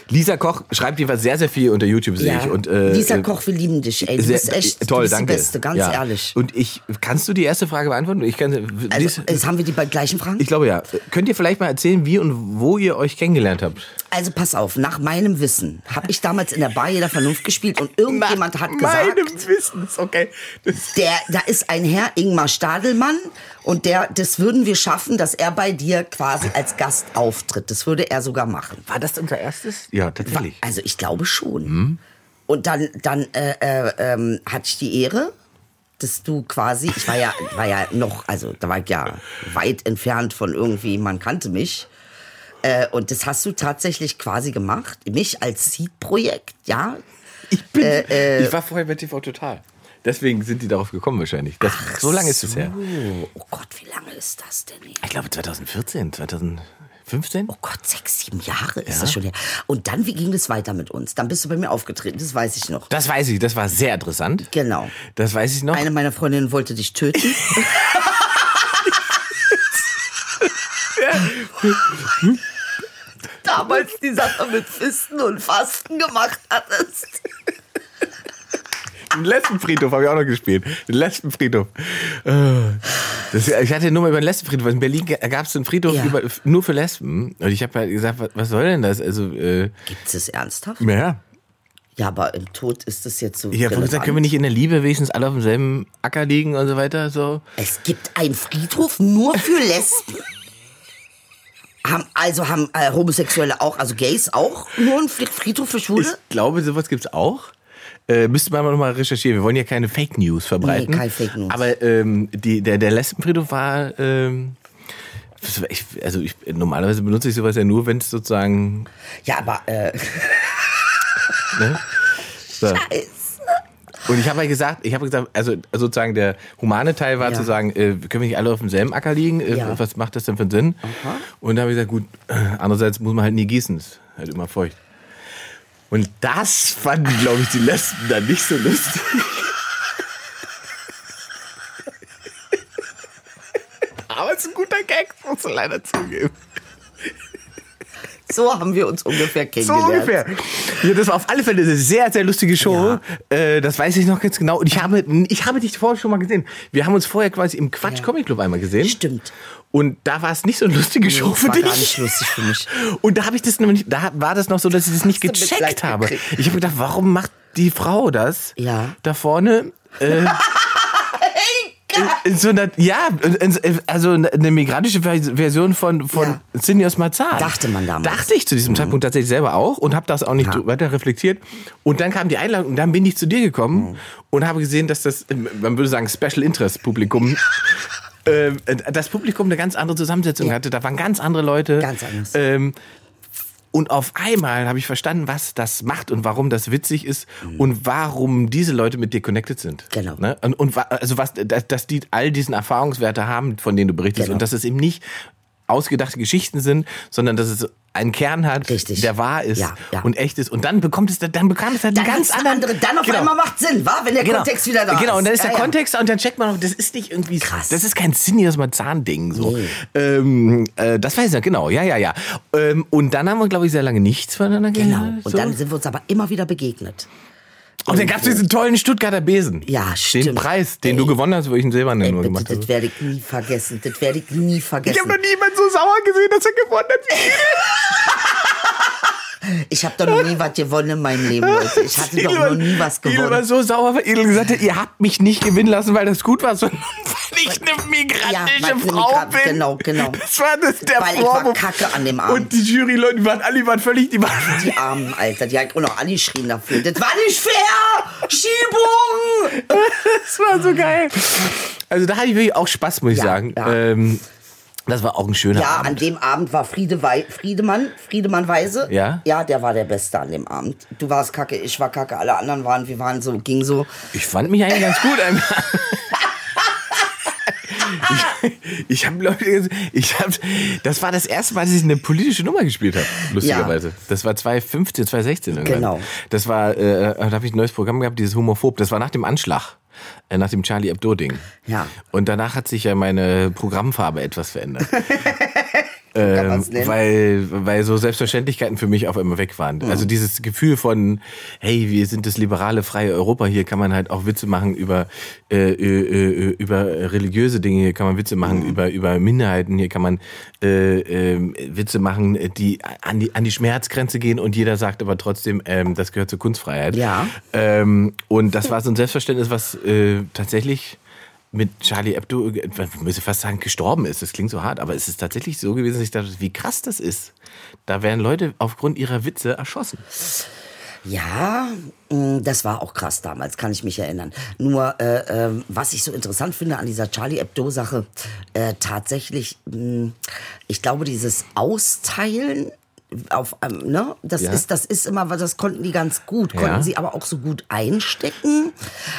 S5: Lisa Koch schreibt jedenfalls sehr, sehr viel unter YouTube, sehe
S4: ja.
S5: ich. Und, äh,
S4: Lisa
S5: äh,
S4: Koch, wir lieben dich, ey. Du
S5: sehr- äh,
S4: bist echt du
S5: toll,
S4: bist
S5: danke.
S4: die Beste, ganz
S5: ja.
S4: ehrlich.
S5: Und ich, kannst du die erste Frage beantworten? Ich kann, äh,
S4: Also, jetzt haben wir die bei- gleichen Fragen?
S5: ich glaube ja. Könnt ihr vielleicht mal erzählen, wie und wo ihr euch kennengelernt habt?
S4: Also pass auf, nach meinem Wissen habe ich damals in der Bar jeder Vernunft gespielt und irgendjemand hat gesagt,
S5: Meines Wissens, okay. Das
S4: der, da ist ein Herr Ingmar Stadelmann und der, das würden wir schaffen, dass er bei dir quasi als Gast auftritt. Das würde er sogar machen.
S5: war das unser erstes? Ja, tatsächlich.
S4: Also ich glaube schon.
S5: Hm?
S4: Und dann, dann äh, äh, ähm, hatte ich die Ehre, dass du quasi, ich war ja, war ja noch, also da war ich ja weit entfernt von irgendwie, man kannte mich. Äh, und das hast du tatsächlich quasi gemacht, mich als Seed-Projekt, ja.
S5: Ich, bin,
S4: äh,
S5: ich war vorher bei TV Total. Deswegen sind die darauf gekommen wahrscheinlich. Das, so lange ist es her.
S4: Oh, oh Gott, wie lange ist das denn her?
S5: Ich glaube 2014, 2015.
S4: Oh Gott, sechs, sieben Jahre ist das schon her. Und dann, wie ging das weiter mit uns? Dann bist du bei mir aufgetreten, das weiß ich noch.
S5: Das weiß ich, das war sehr interessant.
S4: Genau.
S5: Das weiß ich noch.
S4: Eine meiner Freundinnen wollte dich töten. Damals die Sache mit Fisten und Fasten gemacht hattest.
S5: Den letzten Friedhof habe ich auch noch gespielt. Den letzten Friedhof. Äh, Das, ich hatte nur mal über den letzten Friedhof. In Berlin gab es einen Friedhof
S4: Ja.
S5: über, nur für Lesben. Und ich habe halt gesagt, was, was soll denn das? Also, äh,
S4: Gibt's es ernsthaft?
S5: ja.
S4: Ja, aber im Tod ist das jetzt so.
S5: Ich habe gesagt,
S4: relevant.
S5: können wir nicht in der Liebe wenigstens alle auf demselben Acker liegen und so weiter? So.
S4: Es gibt einen Friedhof nur für Lesben. haben, also haben äh, Homosexuelle auch, also Gays auch, nur einen Fri- Friedhof für Schwule?
S5: Ich glaube, sowas gibt's auch. Äh, müsste man mal nochmal recherchieren. Wir wollen ja keine Fake News verbreiten.
S4: Nee, keine Fake News.
S5: Aber ähm, die, der, der Lesbenfriedhof war. Ähm, das war- ich, also ich, normalerweise benutze ich sowas ja nur, wenn es sozusagen.
S4: ja, aber äh, Ne?
S5: So. Und ich habe halt gesagt, ich habe gesagt, also sozusagen der humane Teil war
S4: Ja.
S5: zu sagen, äh, können wir nicht alle auf demselben Acker liegen? Äh,
S4: Ja.
S5: Was macht das denn für einen Sinn? Und da habe ich gesagt, gut, äh, andererseits muss man halt nie gießen, ist halt immer feucht. Und das fanden, glaube ich, die Lesben dann nicht so lustig. Aber es ist ein guter Gag, muss man leider zugeben.
S4: so haben wir uns ungefähr
S5: So
S4: kennengelernt.
S5: ungefähr. Ja, das war auf alle Fälle eine sehr, sehr lustige Show. Äh, das weiß ich noch ganz genau. Und ich habe, ich habe dich vorher schon mal gesehen. Wir haben uns vorher quasi im Quatsch
S4: Ja.
S5: Comic Club einmal gesehen.
S4: Stimmt.
S5: Und da war es nicht so eine lustige Show
S4: das
S5: für
S4: war
S5: dich.
S4: gar nicht lustig für mich.
S5: Und da habe ich das nämlich, da war das noch so, dass ich das nicht
S4: Hast du Mitleid
S5: gecheckt habe.
S4: gekriegt?
S5: Ich habe gedacht, warum macht die Frau das?
S4: Ja.
S5: Da vorne. Äh,
S4: Hey, geil.
S5: in so einer, ja, in- in, also eine migrantische Vers- Version von, von
S4: Ja.
S5: Cindy aus Marzahn.
S4: Dachte man damals. Mhm.
S5: Dachte ich zu diesem Zeitpunkt tatsächlich selber auch und habe das auch nicht so weiter reflektiert. Und dann kam die Einladung und dann bin ich zu dir gekommen
S4: Mhm.
S5: und habe gesehen, dass das, ähm, man würde sagen, Special Interest Publikum. ähm, Das Publikum eine ganz andere Zusammensetzung hatte. Da waren ganz andere Leute.
S4: Ganz anders.
S5: Ähm, und auf einmal habe ich verstanden, was das macht und warum das witzig ist und warum diese Leute mit dir connected sind.
S4: Mhm. Genau.
S5: Ne? Und, und wa- also was, dass, dass die all diesen Erfahrungswerte haben, von denen du berichtest
S4: Genau.
S5: und dass es eben nicht ausgedachte Geschichten sind, sondern dass es einen Kern hat,
S4: Richtig.
S5: der wahr ist
S4: Ja, ja.
S5: und echt ist. Und dann bekommt es, dann bekam es halt
S4: Dann
S5: einen ganz
S4: wird's eine
S5: anderen.
S4: andere, dann auf
S5: Genau.
S4: einmal macht Sinn, war, wenn der
S5: Genau.
S4: Kontext wieder da ist.
S5: Genau, und dann ist
S4: Ja,
S5: der
S4: ja.
S5: Kontext da und dann checkt man auch, das ist nicht irgendwie
S4: Krass.
S5: Das ist kein Sinn, das mal Zahnding. So.
S4: Nee.
S5: Ähm, äh, das weiß ich ja, genau. Ja, ja, ja. Ähm, und dann haben wir, glaube ich, sehr lange nichts voneinander
S4: Genau.
S5: gehört.
S4: Und
S5: so.
S4: dann sind wir uns aber immer wieder begegnet.
S5: und dann gab es diesen tollen Stuttgarter Besen.
S4: Ja,
S5: Den
S4: stimmt.
S5: Preis, den du gewonnen hast, wo ich einen silbernen
S4: Ey,
S5: nur
S4: bitte,
S5: gemacht habe.
S4: das werde ich nie vergessen. Das werde ich nie vergessen.
S5: Ich habe noch niemanden so sauer gesehen, dass er gewonnen hat.
S4: Ich habe doch noch nie was gewonnen in meinem Leben, Leute. Ich hatte doch noch nie was
S5: Edel war
S4: gewonnen.
S5: so sauer, weil Edel gesagt hat, ihr habt mich nicht gewinnen lassen, weil das gut war, sondern weil ich eine
S4: Ja,
S5: migrantische
S4: weil ich eine
S5: Frau
S4: Migrant-
S5: bin.
S4: genau, genau.
S5: Das war das, der
S4: Weil ich war
S5: Vorwurf.
S4: kacke an dem Abend.
S5: Und die Juryleute die waren alle, die waren völlig, die waren
S4: Die Armen, Alter, die hat auch noch angeschrien dafür. Das war nicht fair! Schiebung!
S5: Das war so geil. Also da hatte ich wirklich auch Spaß, muss ich
S4: Ja,
S5: sagen.
S4: ja.
S5: Ähm, Das war auch ein schöner
S4: Ja, an
S5: Abend.
S4: dem Abend war Friede Wei Friedemann, Friedemann Weise.
S5: Ja?
S4: Ja, der war der Beste an dem Abend. Du warst kacke, ich war kacke, alle anderen waren, wir waren so, ging so.
S5: Ich fand mich eigentlich ganz gut. einmal. Ich, ich habe Leute, ich habe, das war das erste Mal, dass ich eine politische Nummer gespielt habe, lustigerweise. Das war 2015, 2016 irgendwann.
S4: Genau.
S5: Das war, äh, da habe ich ein neues Programm gehabt, dieses Homophob. Das war nach dem Anschlag, äh, nach dem Charlie Hebdo Ding.
S4: Ja.
S5: Und danach hat sich ja meine Programmfarbe etwas verändert.
S4: Kann man's
S5: Ähm,
S4: nennen.
S5: weil, weil so Selbstverständlichkeiten für mich auf einmal weg waren.
S4: Hm.
S5: Also dieses Gefühl von, hey, wir sind das liberale, freie Europa, hier kann man halt auch Witze machen über, äh, äh, äh, über religiöse Dinge, hier kann man Witze
S4: Hm.
S5: machen über, über Minderheiten, hier kann man äh, ähm, Witze machen, die an, die an die Schmerzgrenze gehen und jeder sagt aber trotzdem, ähm, das gehört zur Kunstfreiheit.
S4: Ja.
S5: Ähm, und das war so ein Selbstverständnis, was äh, tatsächlich mit Charlie Hebdo, äh, man müsste fast sagen, gestorben ist. Das klingt so hart, aber es ist tatsächlich so gewesen, dass ich dachte, wie krass das ist. Da werden Leute aufgrund ihrer Witze erschossen.
S4: Ja, mh, das war auch krass damals, kann ich mich erinnern. Nur, äh, ähm, was ich so interessant finde an dieser Charlie Hebdo-Sache, äh, tatsächlich, mh, ich glaube, dieses Austeilen auf ähm, ne das
S5: Ja.
S4: ist das ist immer was das konnten die ganz gut konnten
S5: Ja.
S4: sie aber auch so gut einstecken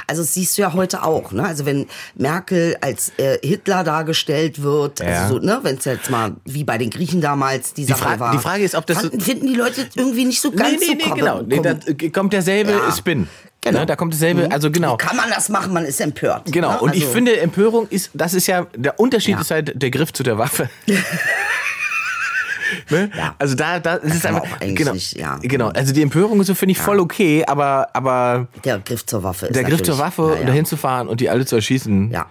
S4: also das siehst du ja heute auch ne also wenn Merkel als äh, Hitler dargestellt wird
S5: Ja.
S4: also so, ne wenn es jetzt mal wie bei den Griechen damals die, Sache
S5: Frage-
S4: war
S5: die Frage ist, ob das so-
S4: fanden, finden die Leute irgendwie nicht so ganz so kom-
S5: genau. Nee, da äh, kommt derselbe
S4: Ja.
S5: Spin.
S4: Genau.
S5: Ne, da kommt dasselbe, also genau.
S4: Kann man das machen? Man ist empört.
S5: Genau,
S4: Ne?
S5: und ich
S4: Also,
S5: finde, Empörung ist, das ist ja, der Unterschied
S4: Ja.
S5: ist halt der Griff zu der Waffe. ne?
S4: Ja.
S5: Also da, da ist es
S4: kann man
S5: einfach,
S4: auch eigentlich
S5: genau,
S4: nicht, ja.
S5: genau, also die Empörung ist so, finde ich, voll okay, aber, aber
S4: Der Griff zur Waffe ist
S5: der Griff zur
S4: natürlich-
S5: Waffe,
S4: Ja, ja.
S5: dahin zu fahren und die alle zu erschießen,
S4: Ja.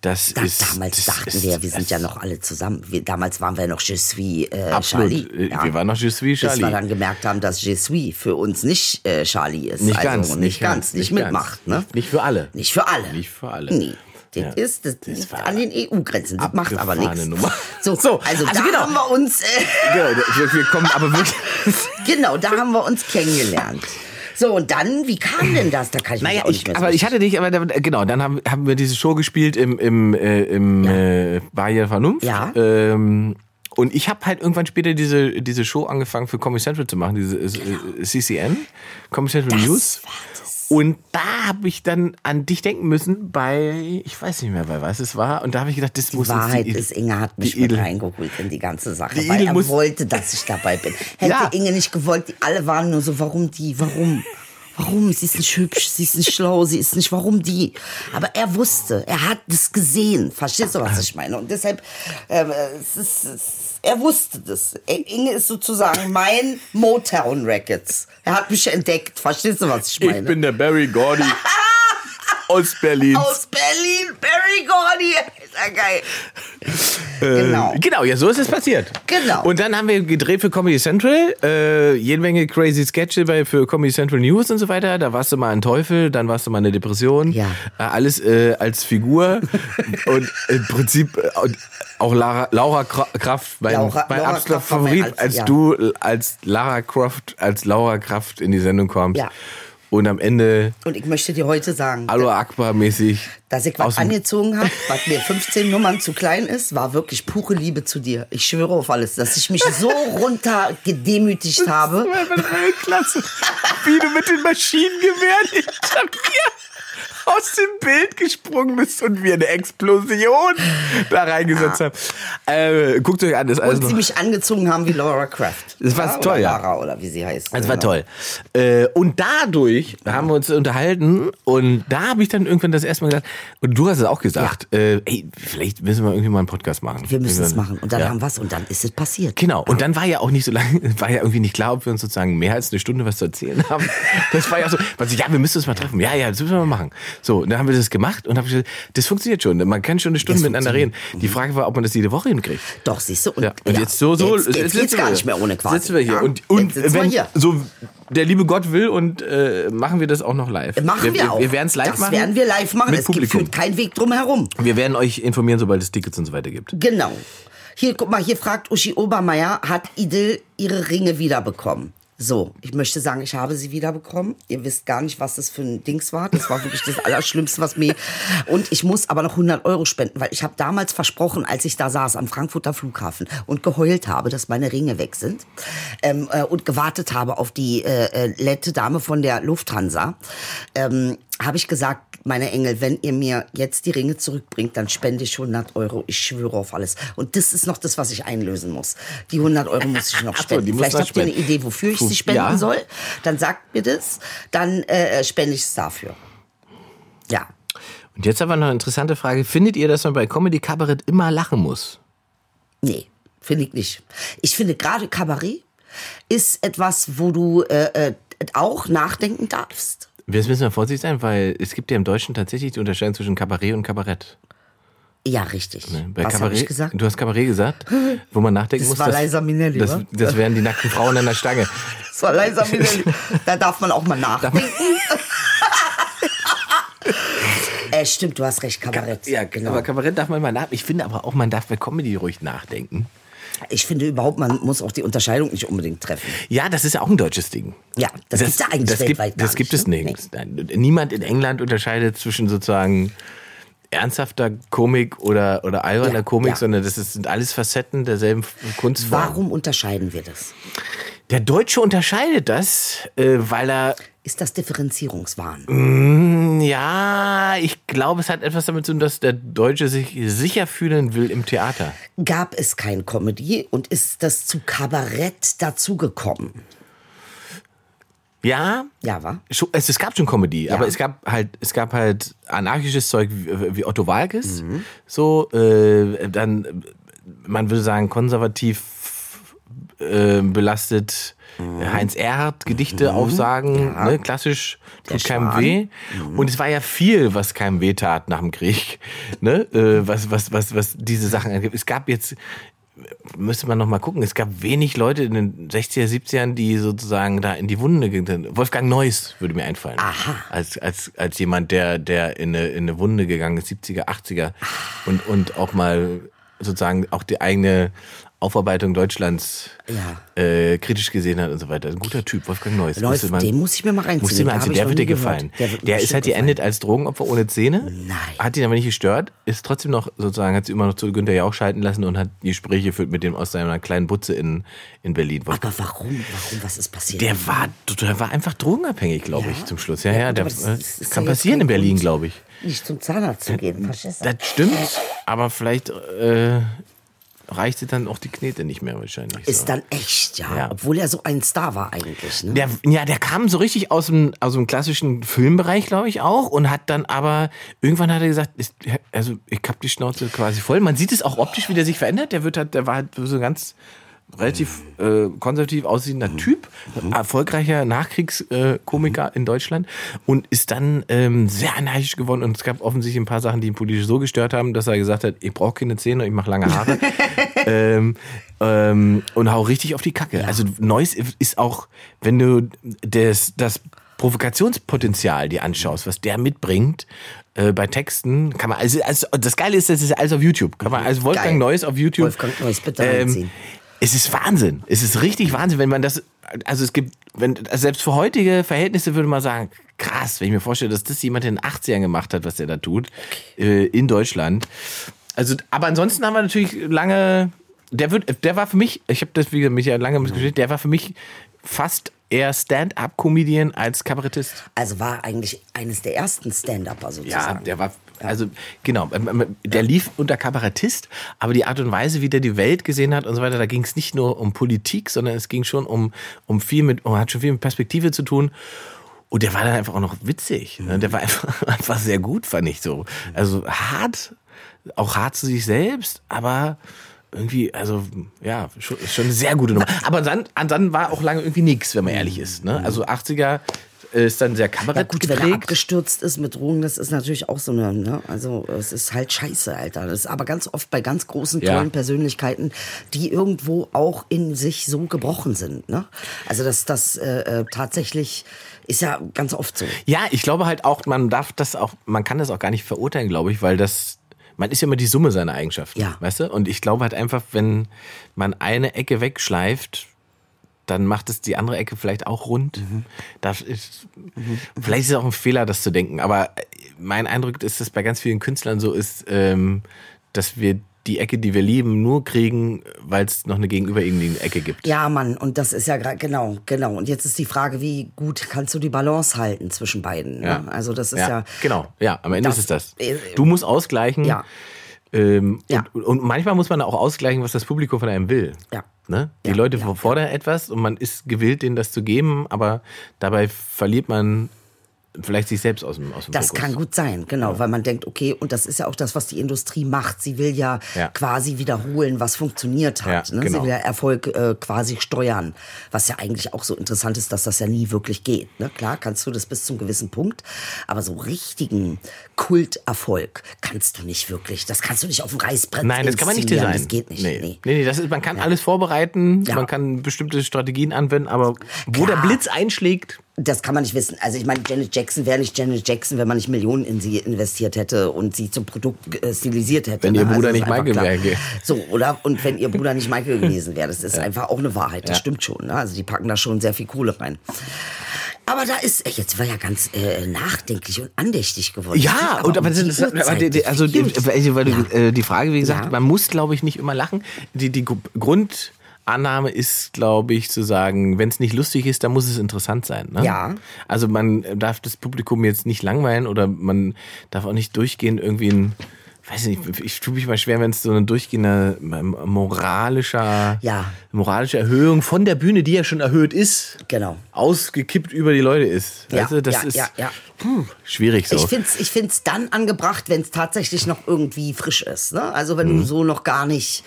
S5: das
S4: Da,
S5: ist...
S4: damals
S5: das
S4: dachten
S5: ist-
S4: wir, wir sind
S5: das-
S4: ja noch alle zusammen. Wir, damals waren wir noch Je suis äh,
S5: Absolut.
S4: Charlie.
S5: Äh,
S4: Ja.
S5: Wir waren noch Je suis
S4: Bis wir
S5: Charlie.
S4: dann gemerkt haben, dass Je suis für uns nicht äh, Charlie ist.
S5: Nicht
S4: also
S5: ganz,
S4: nicht,
S5: nicht
S4: ganz,
S5: ganz,
S4: nicht,
S5: nicht
S4: mitmacht.
S5: ganz.
S4: Ne?
S5: Nicht- nicht für alle.
S4: Nicht für alle.
S5: Nicht für alle.
S4: Nee. Das
S5: Ja.
S4: ist das,
S5: Das
S4: liegt
S5: war
S4: an den EU-Grenzen. Das macht aber
S5: abgefahrene
S4: nichts.
S5: Nummer.
S4: So,
S5: So,
S4: also,
S5: also
S4: da
S5: genau.
S4: haben wir uns, äh,
S5: Genau, wir, wir kommen aber wirklich...
S4: genau, da haben wir uns kennengelernt. So, und dann, wie kam denn das? Da kann ich mich
S5: Naja,
S4: auch nicht
S5: ich,
S4: mehr so
S5: aber ich hatte dich, aber da- genau, dann haben, haben wir diese Show gespielt im, im, äh, im äh, Barriere Vernunft.
S4: Ja.
S5: Ähm, und ich habe halt irgendwann später diese, diese Show angefangen für Comedy Central zu machen, diese äh,
S4: Genau.
S5: äh, CCN, Comedy Central News. Und da habe ich dann an dich denken müssen bei, ich weiß nicht mehr bei was es war, und da habe ich gedacht, das muss uns
S4: Wahrheit
S5: die,
S4: ist, Inge hat mich
S5: die
S4: mit
S5: Edel-
S4: reingeholt in die ganze Sache,
S5: Die
S4: weil
S5: Edel
S4: er
S5: muss-
S4: wollte, dass ich dabei bin. Hätte
S5: Ja.
S4: Inge nicht gewollt, die alle waren nur so, warum die, warum? Warum? Sie ist nicht hübsch, sie ist nicht schlau, sie ist nicht, warum die? Aber er wusste, er hat es gesehen. Verstehst du, was ich meine? Und deshalb, ähm, es ist, es, er wusste das. Inge ist sozusagen mein Motown Records. Er hat mich entdeckt. Verstehst du, was ich meine?
S5: Ich bin der Barry Gordy aus Berlin.
S4: aus Berlin, Barry Gordy. Ist ja geil. Genau.
S5: Äh, Genau, ja, so ist es passiert.
S4: Genau.
S5: Und dann haben wir gedreht für Comedy Central, äh, jede Menge crazy Sketche bei, für Comedy Central News und so weiter. Da warst du mal ein Teufel, dann warst du mal eine Depression.
S4: Ja.
S5: Äh, alles äh, als Figur und im Prinzip äh, und auch Lara, Laura Kra- Kraft, mein,
S4: Laura-
S5: mein
S4: Laura
S5: absoluter
S4: Kraft war mein
S5: Favorit,
S4: als-
S5: als,
S4: ja.
S5: du äh, als Lara Kraft, als Laura Kraft in die Sendung kommst.
S4: Ja.
S5: Und am Ende
S4: Und ich möchte dir heute sagen,
S5: Alo Akbar mäßig.
S4: dass ich was
S5: aus dem-
S4: angezogen habe, was mir 15 Nummern zu klein ist, war wirklich pure Liebe zu dir. Ich schwöre auf alles, dass ich mich so runter gedemütigt habe.
S5: Klasse. Wie du mit den Maschinengewehren hinter mir aus dem Bild gesprungen bist und wir eine Explosion da reingesetzt haben. Äh, guckt euch an, das ist alles
S4: Und sie
S5: noch.
S4: mich angezogen haben wie Laura Kraft.
S5: Das war
S4: Ja,
S5: toll,
S4: oder
S5: ja.
S4: Lara, oder wie sie heißt.
S5: Das war toll. Äh, und dadurch haben wir uns unterhalten und da habe ich dann irgendwann das erste Mal gesagt, und du hast es auch gesagt, äh, ey, vielleicht müssen wir irgendwie mal einen Podcast machen.
S4: Wir müssen es machen. Und dann
S5: Ja.
S4: haben wir es und dann ist es passiert.
S5: Genau, und dann war ja auch nicht so lange, war ja irgendwie nicht klar, ob wir uns sozusagen mehr als eine Stunde was zu erzählen haben. Das war ja auch so, man so, ja, wir müssen uns mal treffen. Ja, ja, das müssen wir mal machen. So, und dann haben wir das gemacht und habe gesagt, das funktioniert schon. Man kann schon eine Stunde
S4: Das
S5: miteinander reden. Die Frage war, ob man das jede Woche hinkriegt.
S4: Doch, siehst du. Und,
S5: Ja, Mhm. und
S4: ja,
S5: jetzt so, so
S4: jetzt, jetzt,
S5: sitzen
S4: geht's
S5: wir
S4: gar
S5: hier.
S4: nicht mehr ohne quasi.
S5: Sitzen wir hier.
S4: Ja,
S5: Und, und
S4: jetzt sitzen
S5: wenn
S4: wir hier.
S5: so der liebe Gott will und äh, machen wir das auch noch live.
S4: Machen wir, auch.
S5: Wir werden es live
S4: das
S5: machen.
S4: Das werden wir live machen.
S5: Mit
S4: es gibt,
S5: Publikum.
S4: führt kein Weg drum herum.
S5: wir werden euch informieren, sobald es Tickets und so weiter gibt.
S4: Genau. Hier, guck mal, hier fragt Uschi Obermeier, hat Idel ihre Ringe wiederbekommen? So, ich möchte sagen, ich habe sie wiederbekommen. Ihr wisst gar nicht, was das für ein Dings war. Das war wirklich das Allerschlimmste, was mir... Und ich muss aber noch 100 Euro spenden, weil ich habe damals versprochen, als ich da saß am Frankfurter Flughafen und geheult habe, dass meine Ringe weg sind ähm, äh, und gewartet habe auf die äh, äh, nette Dame von der Lufthansa, ähm, habe ich gesagt, meine Engel, wenn ihr mir jetzt die Ringe zurückbringt, dann spende ich 100 Euro. Ich schwöre auf alles. Und das ist noch das, was ich einlösen muss. Die 100 Euro muss ich noch
S5: so,
S4: spenden.
S5: die muss
S4: Vielleicht
S5: man
S4: habt ihr eine
S5: spenden.
S4: Idee, wofür ich
S5: Puh,
S4: sie spenden
S5: ja.
S4: soll. Dann sagt mir das. Dann äh, spende ich es dafür. Ja.
S5: Und jetzt aber noch eine interessante Frage. Findet ihr, dass man bei Comedy Kabarett immer lachen muss?
S4: Nee, finde ich nicht. Ich finde gerade Kabarett ist etwas, wo du äh, äh, auch nachdenken darfst.
S5: Jetzt müssen wir vorsichtig sein, weil es gibt ja im Deutschen tatsächlich die Unterscheidung zwischen Kabarett und Kabarett.
S4: Ja, richtig.
S5: Bei
S4: Was habe
S5: Kabarett,
S4: ich gesagt?
S5: Du hast Kabarett gesagt, wo man nachdenken
S4: Das
S5: muss.
S4: war Liza Minnelli,
S5: das,
S4: wa?
S5: das wären die nackten Frauen an der Stange.
S4: Das war leiser Minelli. Da darf man auch mal nachdenken. äh, stimmt, du hast recht, Kabarett.
S5: Ja, genau. Aber Kabarett darf man immer nachdenken. Ich finde aber auch, man darf bei Comedy ruhig nachdenken.
S4: Ich finde überhaupt, man muss auch die Unterscheidung nicht unbedingt treffen.
S5: Ja, das ist ja auch ein deutsches Ding.
S4: Ja, das gibt's ja eigentlich
S5: das
S4: weltweit
S5: gibt,
S4: gar
S5: Das gibt
S4: nicht,
S5: es
S4: ne?
S5: nirgends. Nein, Niemand in England unterscheidet zwischen sozusagen ernsthafter Komik oder, oder alberner
S4: Ja,
S5: Komik,
S4: ja.
S5: sondern das ist, sind alles Facetten derselben F- Kunstform.
S4: Warum unterscheiden wir das?
S5: Der Deutsche unterscheidet das, äh, weil er,
S4: Ist das Differenzierungswahn?
S5: ja, ich glaube, es hat etwas damit zu tun, dass der Deutsche sich sicher fühlen will im Theater.
S4: Gab es kein Comedy und ist das zu Kabarett dazugekommen?
S5: Ja,
S4: Ja, wa?
S5: Schon- Es, es gab schon Comedy,
S4: Ja.
S5: aber es gab halt, es gab halt anarchisches Zeug wie, wie Otto Walkes. So, äh, dann, äh, man würde sagen, konservativ äh, belastet Heinz Erhardt, Gedichte aufsagen, ne, klassisch, tut keinem
S4: Schwan.
S5: weh. Und es war ja viel, was keinem weh tat nach dem Krieg. Ne? Äh, was, was, was, was diese Sachen angeht. Es gab jetzt müsste man noch mal gucken. Es gab wenig Leute in den 60er, 70ern, die sozusagen da in die Wunde gegangen sind. Wolfgang Neuss würde mir einfallen. Aha. Als, als, als jemand, der, der in, eine, in eine Wunde gegangen ist, 70er, 80er.
S4: Ah.
S5: Und, und auch mal sozusagen auch die eigene Aufarbeitung Deutschlands
S4: Ja.
S5: äh, kritisch gesehen hat und so weiter. Ein guter Typ, Wolfgang Neuss.
S4: Neuss,
S5: Müsste man-
S4: den muss ich mir mal reinziehen.
S5: musste
S4: Da
S5: man anziehen.
S4: hab ich
S5: der
S4: noch
S5: wird dir
S4: nie gehört.
S5: gefallen.
S4: Der
S5: Der,
S4: wird mir
S5: ist halt
S4: bestimmt
S5: geendet als Drogenopfer ohne Zähne. Nein. Hat ihn aber nicht gestört, ist trotzdem noch sozusagen, hat sie immer noch zu Günther Jauch schalten lassen und hat Gespräche geführt mit dem aus seiner kleinen Butze in, in Berlin.
S4: Aber warum? Warum? Was ist passiert?
S5: Der war, der war einfach drogenabhängig, glaube ich, zum Schluss. Ja, ja, der, äh,
S4: aber das- das
S5: das
S4: ist
S5: kann
S4: ja jetzt
S5: passieren
S4: kein
S5: in Berlin,
S4: Grund.
S5: glaube ich.
S4: nicht zum Zahnarzt zu gehen, verstehst du?
S5: Das stimmt, aber vielleicht äh, reichte dann auch die Knete nicht mehr wahrscheinlich. so.
S4: Ist dann echt, ja.
S5: Ja.
S4: Obwohl er so ein Star war eigentlich. Ne?
S5: Der, ja, der kam so richtig aus dem, aus dem klassischen Filmbereich, glaube ich, auch und hat dann aber, irgendwann hat er gesagt, ist, also ich hab die Schnauze quasi voll. Man sieht es auch optisch, wie der sich verändert. Der wird halt, der war halt so ein ganz relativ äh, konservativ aussehender Typ, erfolgreicher Nachkriegskomiker in Deutschland und ist dann ähm, sehr anarchisch geworden und es gab offensichtlich ein paar Sachen, die ihn politisch so gestört haben, dass er gesagt hat, ich brauche keine Zähne, ich mache lange Haare ähm, ähm, und hau richtig auf die Kacke. Also Neues ist auch, wenn du das, das Provokationspotenzial dir anschaust, was der mitbringt äh, bei Texten, kann man also, also das Geile ist, das ist alles auf YouTube. Kann man also Wolfgang
S4: Geil.
S5: Neues auf YouTube.
S4: Wolfgang Neuss, bitte
S5: Ähm,
S4: reinziehen.
S5: es ist Wahnsinn. Es ist richtig Wahnsinn, wenn man das. Also es gibt, wenn also selbst für heutige Verhältnisse würde man sagen, krass, wenn ich mir vorstelle, dass das jemand in den 80ern gemacht hat, was der da tut, äh, in Deutschland. Also, aber ansonsten haben wir natürlich lange. Der wird, der war für mich, ich habe das wie gesagt, mich ja lange mitgeschrieben, der war für mich fast eher Stand-up-Comedian als Kabarettist.
S4: Also war eigentlich eines der ersten Stand-Upper
S5: Ja,
S4: sozusagen.
S5: der war, also genau, ähm, ähm, der lief unter Kabarettist, aber die Art und Weise, wie der die Welt gesehen hat und so weiter, da ging es nicht nur um Politik, sondern es ging schon um, um viel mit, um, hat schon viel mit Perspektive zu tun. Und der war dann einfach auch noch witzig.
S4: Mhm.
S5: Ne? Der war einfach, einfach sehr gut, fand ich so. Also hart, auch hart zu sich selbst, aber irgendwie, also ja, schon, schon eine sehr gute Nummer. Aber dann, dann war auch lange irgendwie nichts, wenn man ehrlich ist. Ne? Also 80er ist dann sehr
S4: Mhm. Ja,
S5: Kabarett
S4: gut, wenn er
S5: geprägt.
S4: abgestürzt ist mit Drogen, das ist natürlich auch so eine, ne? Also es ist halt scheiße, Alter. Das ist aber ganz oft bei ganz großen,
S5: Ja.
S4: tollen Persönlichkeiten, die irgendwo auch in sich so gebrochen sind, ne? Also das, das äh, äh, tatsächlich ist ja ganz oft so.
S5: Ja, ich glaube halt auch, man darf das auch, man kann das auch gar nicht verurteilen, glaube ich, weil das, man ist ja immer die Summe seiner Eigenschaften,
S4: Ja.
S5: weißt du? Und ich glaube halt einfach, wenn man eine Ecke wegschleift, dann macht es die andere Ecke vielleicht auch rund.
S4: Mhm.
S5: Das ist, Vielleicht ist es auch ein Fehler, das zu denken. Aber mein Eindruck ist, dass bei ganz vielen Künstlern so ist, ähm, dass wir die Ecke, die wir lieben, nur kriegen, weil es noch eine gegenüberliegende Ecke gibt.
S4: Ja, Mann, und das ist ja gra- genau, genau. Und jetzt ist die Frage, wie gut kannst du die Balance halten zwischen beiden? Ne?
S5: Ja.
S4: Also das ist ja,
S5: Genau, ja, am Ende
S4: Das-
S5: ist es
S4: äh,
S5: das. Du musst ausgleichen.
S4: Ja.
S5: Ähm,
S4: Ja.
S5: Und, und manchmal muss man auch ausgleichen, was das Publikum von einem will.
S4: Ja.
S5: Ne? Die
S4: Ja,
S5: Leute
S4: ja,
S5: fordern etwas und man ist gewillt, denen das zu geben, aber dabei verliert man vielleicht sich selbst aus dem, aus dem
S4: Das
S5: Fokus.
S4: kann gut sein, genau, weil man denkt, okay, und das ist ja auch das, was die Industrie macht. Sie will ja,
S5: Ja.
S4: quasi wiederholen, was funktioniert hat.
S5: Ja,
S4: ne?
S5: genau.
S4: Sie will ja Erfolg äh, quasi steuern, was ja eigentlich auch so interessant ist, dass das ja nie wirklich geht. Ne? Klar kannst du das bis zum gewissen Punkt, aber so richtigen Kulterfolg kannst du nicht wirklich. Das kannst du nicht auf dem Reißbrett
S5: Nein, das kann man nicht
S4: inszenieren, Das
S5: designen.
S4: geht nicht.
S5: Nee.
S4: Nee.
S5: Nee, nee, das ist, man kann alles vorbereiten,
S4: Ja.
S5: man kann bestimmte Strategien anwenden, aber wo
S4: Klar.
S5: der Blitz einschlägt,
S4: Das kann man nicht wissen. Also ich meine, Janet Jackson wäre nicht Janet Jackson, wenn man nicht Millionen in sie investiert hätte und sie zum Produkt äh, stilisiert hätte.
S5: Wenn ihr Bruder
S4: ist
S5: nicht
S4: einfach
S5: Michael
S4: klar.
S5: wäre.
S4: So, oder? Und wenn ihr Bruder nicht Michael gewesen wäre. Das ist einfach auch eine Wahrheit. Das
S5: Ja.
S4: stimmt schon. Ne? Also die packen da schon sehr viel Kohle rein. Aber da ist, ey, jetzt war ja ganz äh, nachdenklich und andächtig geworden. Es liegt
S5: Ja, und aber
S4: um
S5: das,
S4: die
S5: das, aber
S4: Uhrzeit,
S5: die, die,
S4: wie
S5: also die,
S4: cute.
S5: weil, weil du,
S4: Ja.
S5: äh, die Frage, wie gesagt,
S4: Ja.
S5: man muss, glaube ich, nicht immer lachen. Die, die Gru- Grundannahme ist, glaube ich, zu sagen, wenn es nicht lustig ist, dann muss es interessant sein. Ne?
S4: Ja.
S5: Also man darf das Publikum jetzt nicht langweilen oder man darf auch nicht durchgehen irgendwie ein Weiß nicht, ich tue mich mal schwer, wenn es so ein durchgehender ähm, moralischer,
S4: Ja.
S5: moralische Erhöhung von der Bühne, die ja schon erhöht ist,
S4: Genau.
S5: ausgekippt über die Leute ist.
S4: Ja,
S5: weißt du, das
S4: ja,
S5: ist
S4: ja, ja.
S5: Puh, schwierig so.
S4: Ich finde es ich find's dann angebracht, wenn es tatsächlich noch irgendwie frisch ist. Ne? Also wenn
S5: Mhm.
S4: du so noch gar nicht,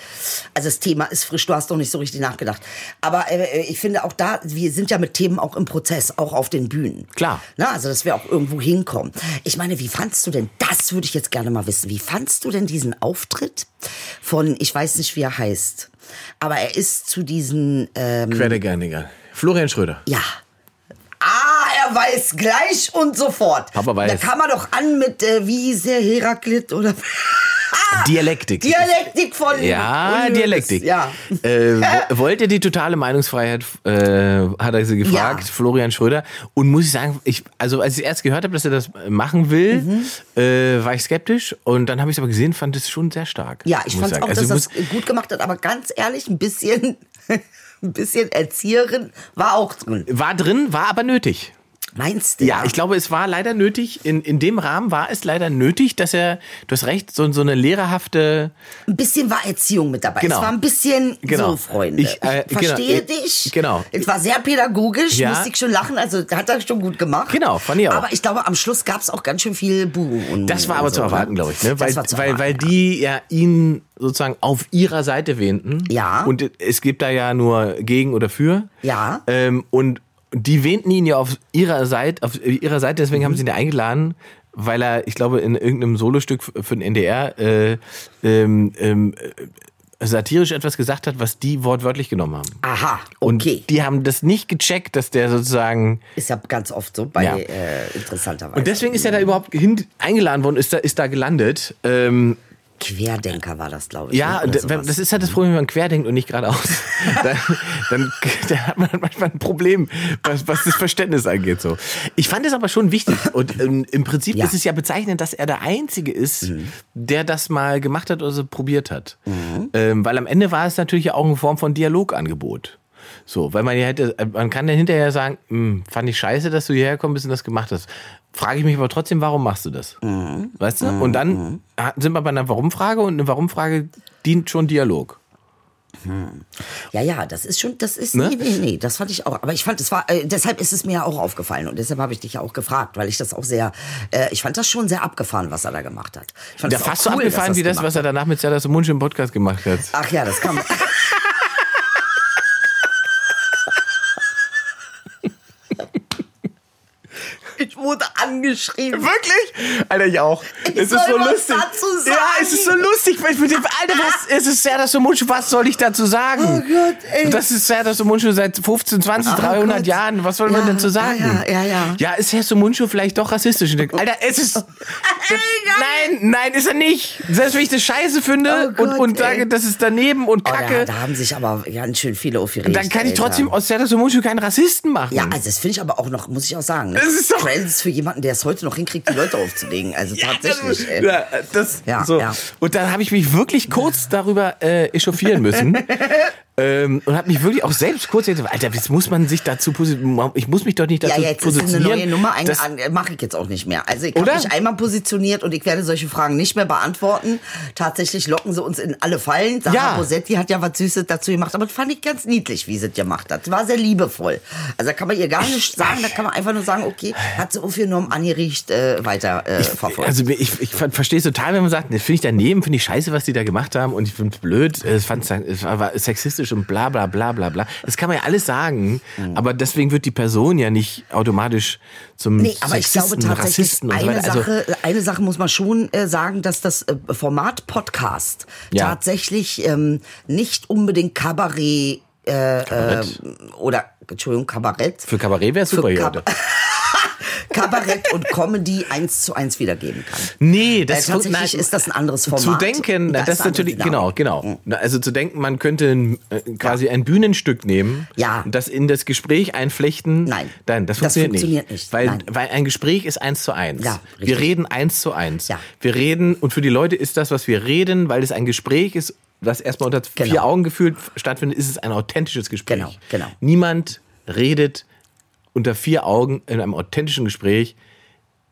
S4: also das Thema ist frisch, du hast noch nicht so richtig nachgedacht. Aber äh, ich finde auch da, wir sind ja mit Themen auch im Prozess, auch auf den Bühnen.
S5: Klar.
S4: Ne? Also dass wir auch irgendwo hinkommen. Ich meine, wie fandst du denn, das würde ich jetzt gerne mal wissen, wie fandst du denn diesen Auftritt von, ich weiß nicht, wie er heißt, aber er ist zu diesen... Ähm,
S5: Querdecker, Florian Schröder.
S4: ja. Ah, er weiß gleich und sofort.
S5: Papa weiß.
S4: Da kann man doch an mit äh, Wiese, Heraklit oder
S5: Dialektik.
S4: Dialektik von
S5: ja,
S4: Unionis.
S5: Dialektik.
S4: Ja.
S5: Äh, wo- wollte die totale Meinungsfreiheit, äh, hat er sie gefragt,
S4: Ja.
S5: Florian Schröder. Und muss ich sagen, ich, also als ich erst gehört habe, dass er das machen will,
S4: Mhm.
S5: äh, war ich skeptisch. Und dann habe ich es aber gesehen, fand es schon sehr stark.
S4: Ja, ich
S5: muss
S4: fand
S5: sagen.
S4: auch,
S5: Also
S4: dass
S5: muss-
S4: das gut gemacht hat, aber ganz ehrlich, ein bisschen, ein bisschen Erzieherin war auch drin.
S5: war drin, war aber nötig.
S4: Meinst du?
S5: Ja, ich glaube, es war leider nötig. In, in dem Rahmen war es leider nötig, dass er, du hast recht, so, so eine lehrerhafte
S4: Ein bisschen war Erziehung mit dabei.
S5: Genau.
S4: Es war ein bisschen
S5: Genau.
S4: so, Freunde.
S5: Ich, äh, genau.
S4: verstehe
S5: Ich-
S4: dich.
S5: genau.
S4: Es war sehr pädagogisch,
S5: Ja.
S4: musste ich schon lachen. Also hat er schon gut gemacht.
S5: Genau, fand ich auch.
S4: Aber ich glaube, am Schluss gab es auch ganz schön viel Buh. Und
S5: Das war aber
S4: und so,
S5: zu erwarten,
S4: ne?
S5: glaube ich, ne? Weil,
S4: das war zu
S5: weil,
S4: erwarten.
S5: weil die ja ihn sozusagen auf ihrer Seite wähnten.
S4: Ja.
S5: Und es gibt da ja nur gegen oder für.
S4: Ja.
S5: Ähm, und die wähnten ihn ja auf ihrer Seite, auf ihrer Seite, deswegen haben sie ihn ja eingeladen, weil er, ich glaube, in irgendeinem Solostück f- für den NDR äh, ähm, ähm, äh, satirisch etwas gesagt hat, was die wortwörtlich genommen haben.
S4: Aha,
S5: Und
S4: okay.
S5: die haben das nicht gecheckt, dass der sozusagen
S4: ist ja ganz oft so bei
S5: Ja.
S4: äh, interessanterweise.
S5: und deswegen ist er da überhaupt hin eingeladen worden, ist da, ist da gelandet. Ähm,
S4: Querdenker war das, glaube ich.
S5: Ja,
S4: ne?
S5: und
S4: Oder
S5: wenn-
S4: sowas.
S5: das ist halt das Problem, wenn man querdenkt und nicht geradeaus. dann, dann, dann hat man manchmal ein Problem, was, was das Verständnis angeht. So. Ich fand es aber schon wichtig. Und ähm, im Prinzip
S4: Ja.
S5: ist es ja bezeichnend, dass er der Einzige ist,
S4: Mhm.
S5: der das mal gemacht hat oder so probiert hat. Ähm, weil am Ende war es natürlich ja auch eine Form von Dialogangebot. So, weil man ja hätte, äh, man kann dann hinterher sagen, "Hm, fand ich scheiße, dass du hierher gekommen bist und das gemacht hast. Frage ich mich aber trotzdem, warum machst du das?
S4: Mhm.
S5: Weißt du? Und dann ha- sind wir bei einer Warum-Frage und eine Warum-Frage dient schon Dialog.
S4: Ja, ja, das ist schon, das ist,
S5: Ne?
S4: nee, nee, nee, das fand ich auch. Aber ich fand, es war, äh, deshalb ist es mir ja auch aufgefallen und deshalb habe ich dich ja auch gefragt, weil ich das auch sehr, äh, ich fand das schon sehr abgefahren, was er da gemacht hat. Ich fand
S5: Da
S4: das auch
S5: fast so
S4: cool,
S5: abgefahren
S4: dass
S5: wie das,
S4: gemacht
S5: was er danach mit Serdar Munch im Podcast gemacht hat.
S4: hat. Ach ja, das kann man. ich wurde angeschrieben.
S5: Wirklich? Alter, ich auch.
S4: Ich
S5: es ist
S4: soll
S5: so
S4: was
S5: lustig.
S4: dazu sagen. Ah.
S5: Ja, es ist so lustig. weil Ich mit dem, Alter, was, es ist Serdar Somuncu, was soll ich dazu sagen?
S4: Oh Gott, ey.
S5: Das ist Serdar Somuncu seit 15, 20,
S4: Oh
S5: 300
S4: Gott.
S5: Jahren. Was soll man
S4: Ja,
S5: denn zu
S4: ja,
S5: sagen?
S4: ja, ja, ja. Oh.
S5: Ja, ist Herr Somuncu vielleicht doch rassistisch? Und ich denk, Alter, es ist...
S4: geil.
S5: nein, nein, ist er nicht. Selbst wenn ich das scheiße finde
S4: Oh
S5: und,
S4: Gott,
S5: und sage,
S4: ey.
S5: das ist daneben und
S4: Oh,
S5: kacke,
S4: da, da haben sich aber ganz schön viele aufgeregt.
S5: dann kann ich
S4: Alter.
S5: trotzdem aus Serdar Somuncu keinen Rassisten machen.
S4: Ja, also das finde ich aber auch noch, muss ich auch sagen. Ne?
S5: Hm. Das ist doch-
S4: Credits für jemanden, der es heute noch hinkriegt, die Leute aufzulegen. Also tatsächlich. ey.
S5: Ja, das,
S4: Ja,
S5: so.
S4: ja.
S5: Und dann habe ich mich wirklich kurz darüber äh, echauffieren müssen. ähm, und habe mich wirklich auch selbst kurz jetzt, Alter, jetzt muss man sich dazu positionieren. Ich muss mich doch nicht
S4: Ja,
S5: dazu
S4: jetzt ist eine
S5: also positionieren.
S4: neue Nummer
S5: dass-
S4: eingegangen. Mache ich jetzt auch nicht mehr. Also ich habe
S5: Oder?
S4: mich einmal positioniert und ich werde solche Fragen nicht mehr beantworten. Tatsächlich locken sie uns in alle Fallen. Sarah
S5: Ja.
S4: Bosetti hat ja was Süßes dazu gemacht, aber das fand ich ganz niedlich, wie sie das gemacht hat. War sehr liebevoll. Also da kann man ihr gar nicht sagen, da kann man einfach nur sagen, okay, hat sie aufgenommen, angerichtet, äh, weiter äh, verfolgt.
S5: Also mir- ich, ich verstehe es total, wenn man sagt, das finde ich daneben, finde ich scheiße, was die da gemacht haben und ich finde es blöd, äh, es fand's- es war war sexistisch und bla bla bla bla bla. Das kann man ja alles sagen,
S4: Mhm.
S5: aber deswegen wird die Person ja nicht automatisch zum
S4: Nee, aber ich glaube
S5: Sexisten,
S4: tatsächlich,
S5: Rassisten und so
S4: eine,
S5: weiter. Also-
S4: Sache, äh, eine Sache muss man schon äh, sagen, dass das äh, Format Podcast
S5: Ja.
S4: tatsächlich ähm, nicht unbedingt Kabarett
S5: Kabarett.
S4: oder, Entschuldigung, Kabarett,
S5: Für Kabarett wäre es
S4: äh, Für
S5: super hier
S4: Kab-
S5: heute.
S4: Kabarett und Comedy eins zu eins wiedergeben kann.
S5: Nee,
S4: Äh, tatsächlich ist das ein anderes Format.
S5: Zu denken,
S4: Da
S5: das,
S4: ist
S5: ist
S4: eine andere
S5: natürlich, genau,
S4: Dynamik.
S5: genau. Na, Also zu denken, man könnte ein, äh, quasi ein Bühnenstück nehmen
S4: Ja.
S5: und das in das Gespräch einflechten.
S4: Nein.
S5: Nein, das
S4: Das
S5: funktioniert,
S4: funktioniert
S5: nicht.
S4: nicht.
S5: Weil,
S4: Nein.
S5: weil ein Gespräch ist eins zu eins.
S4: Ja,
S5: wir
S4: richtig.
S5: reden eins zu eins.
S4: Ja.
S5: Wir reden, und für die Leute ist das, was wir reden, weil es ein Gespräch ist, das erstmal unter vier
S4: Genau.
S5: Augen gefühlt stattfindet, ist es ein authentisches Gespräch.
S4: Genau, genau.
S5: Niemand redet unter vier Augen in einem authentischen Gespräch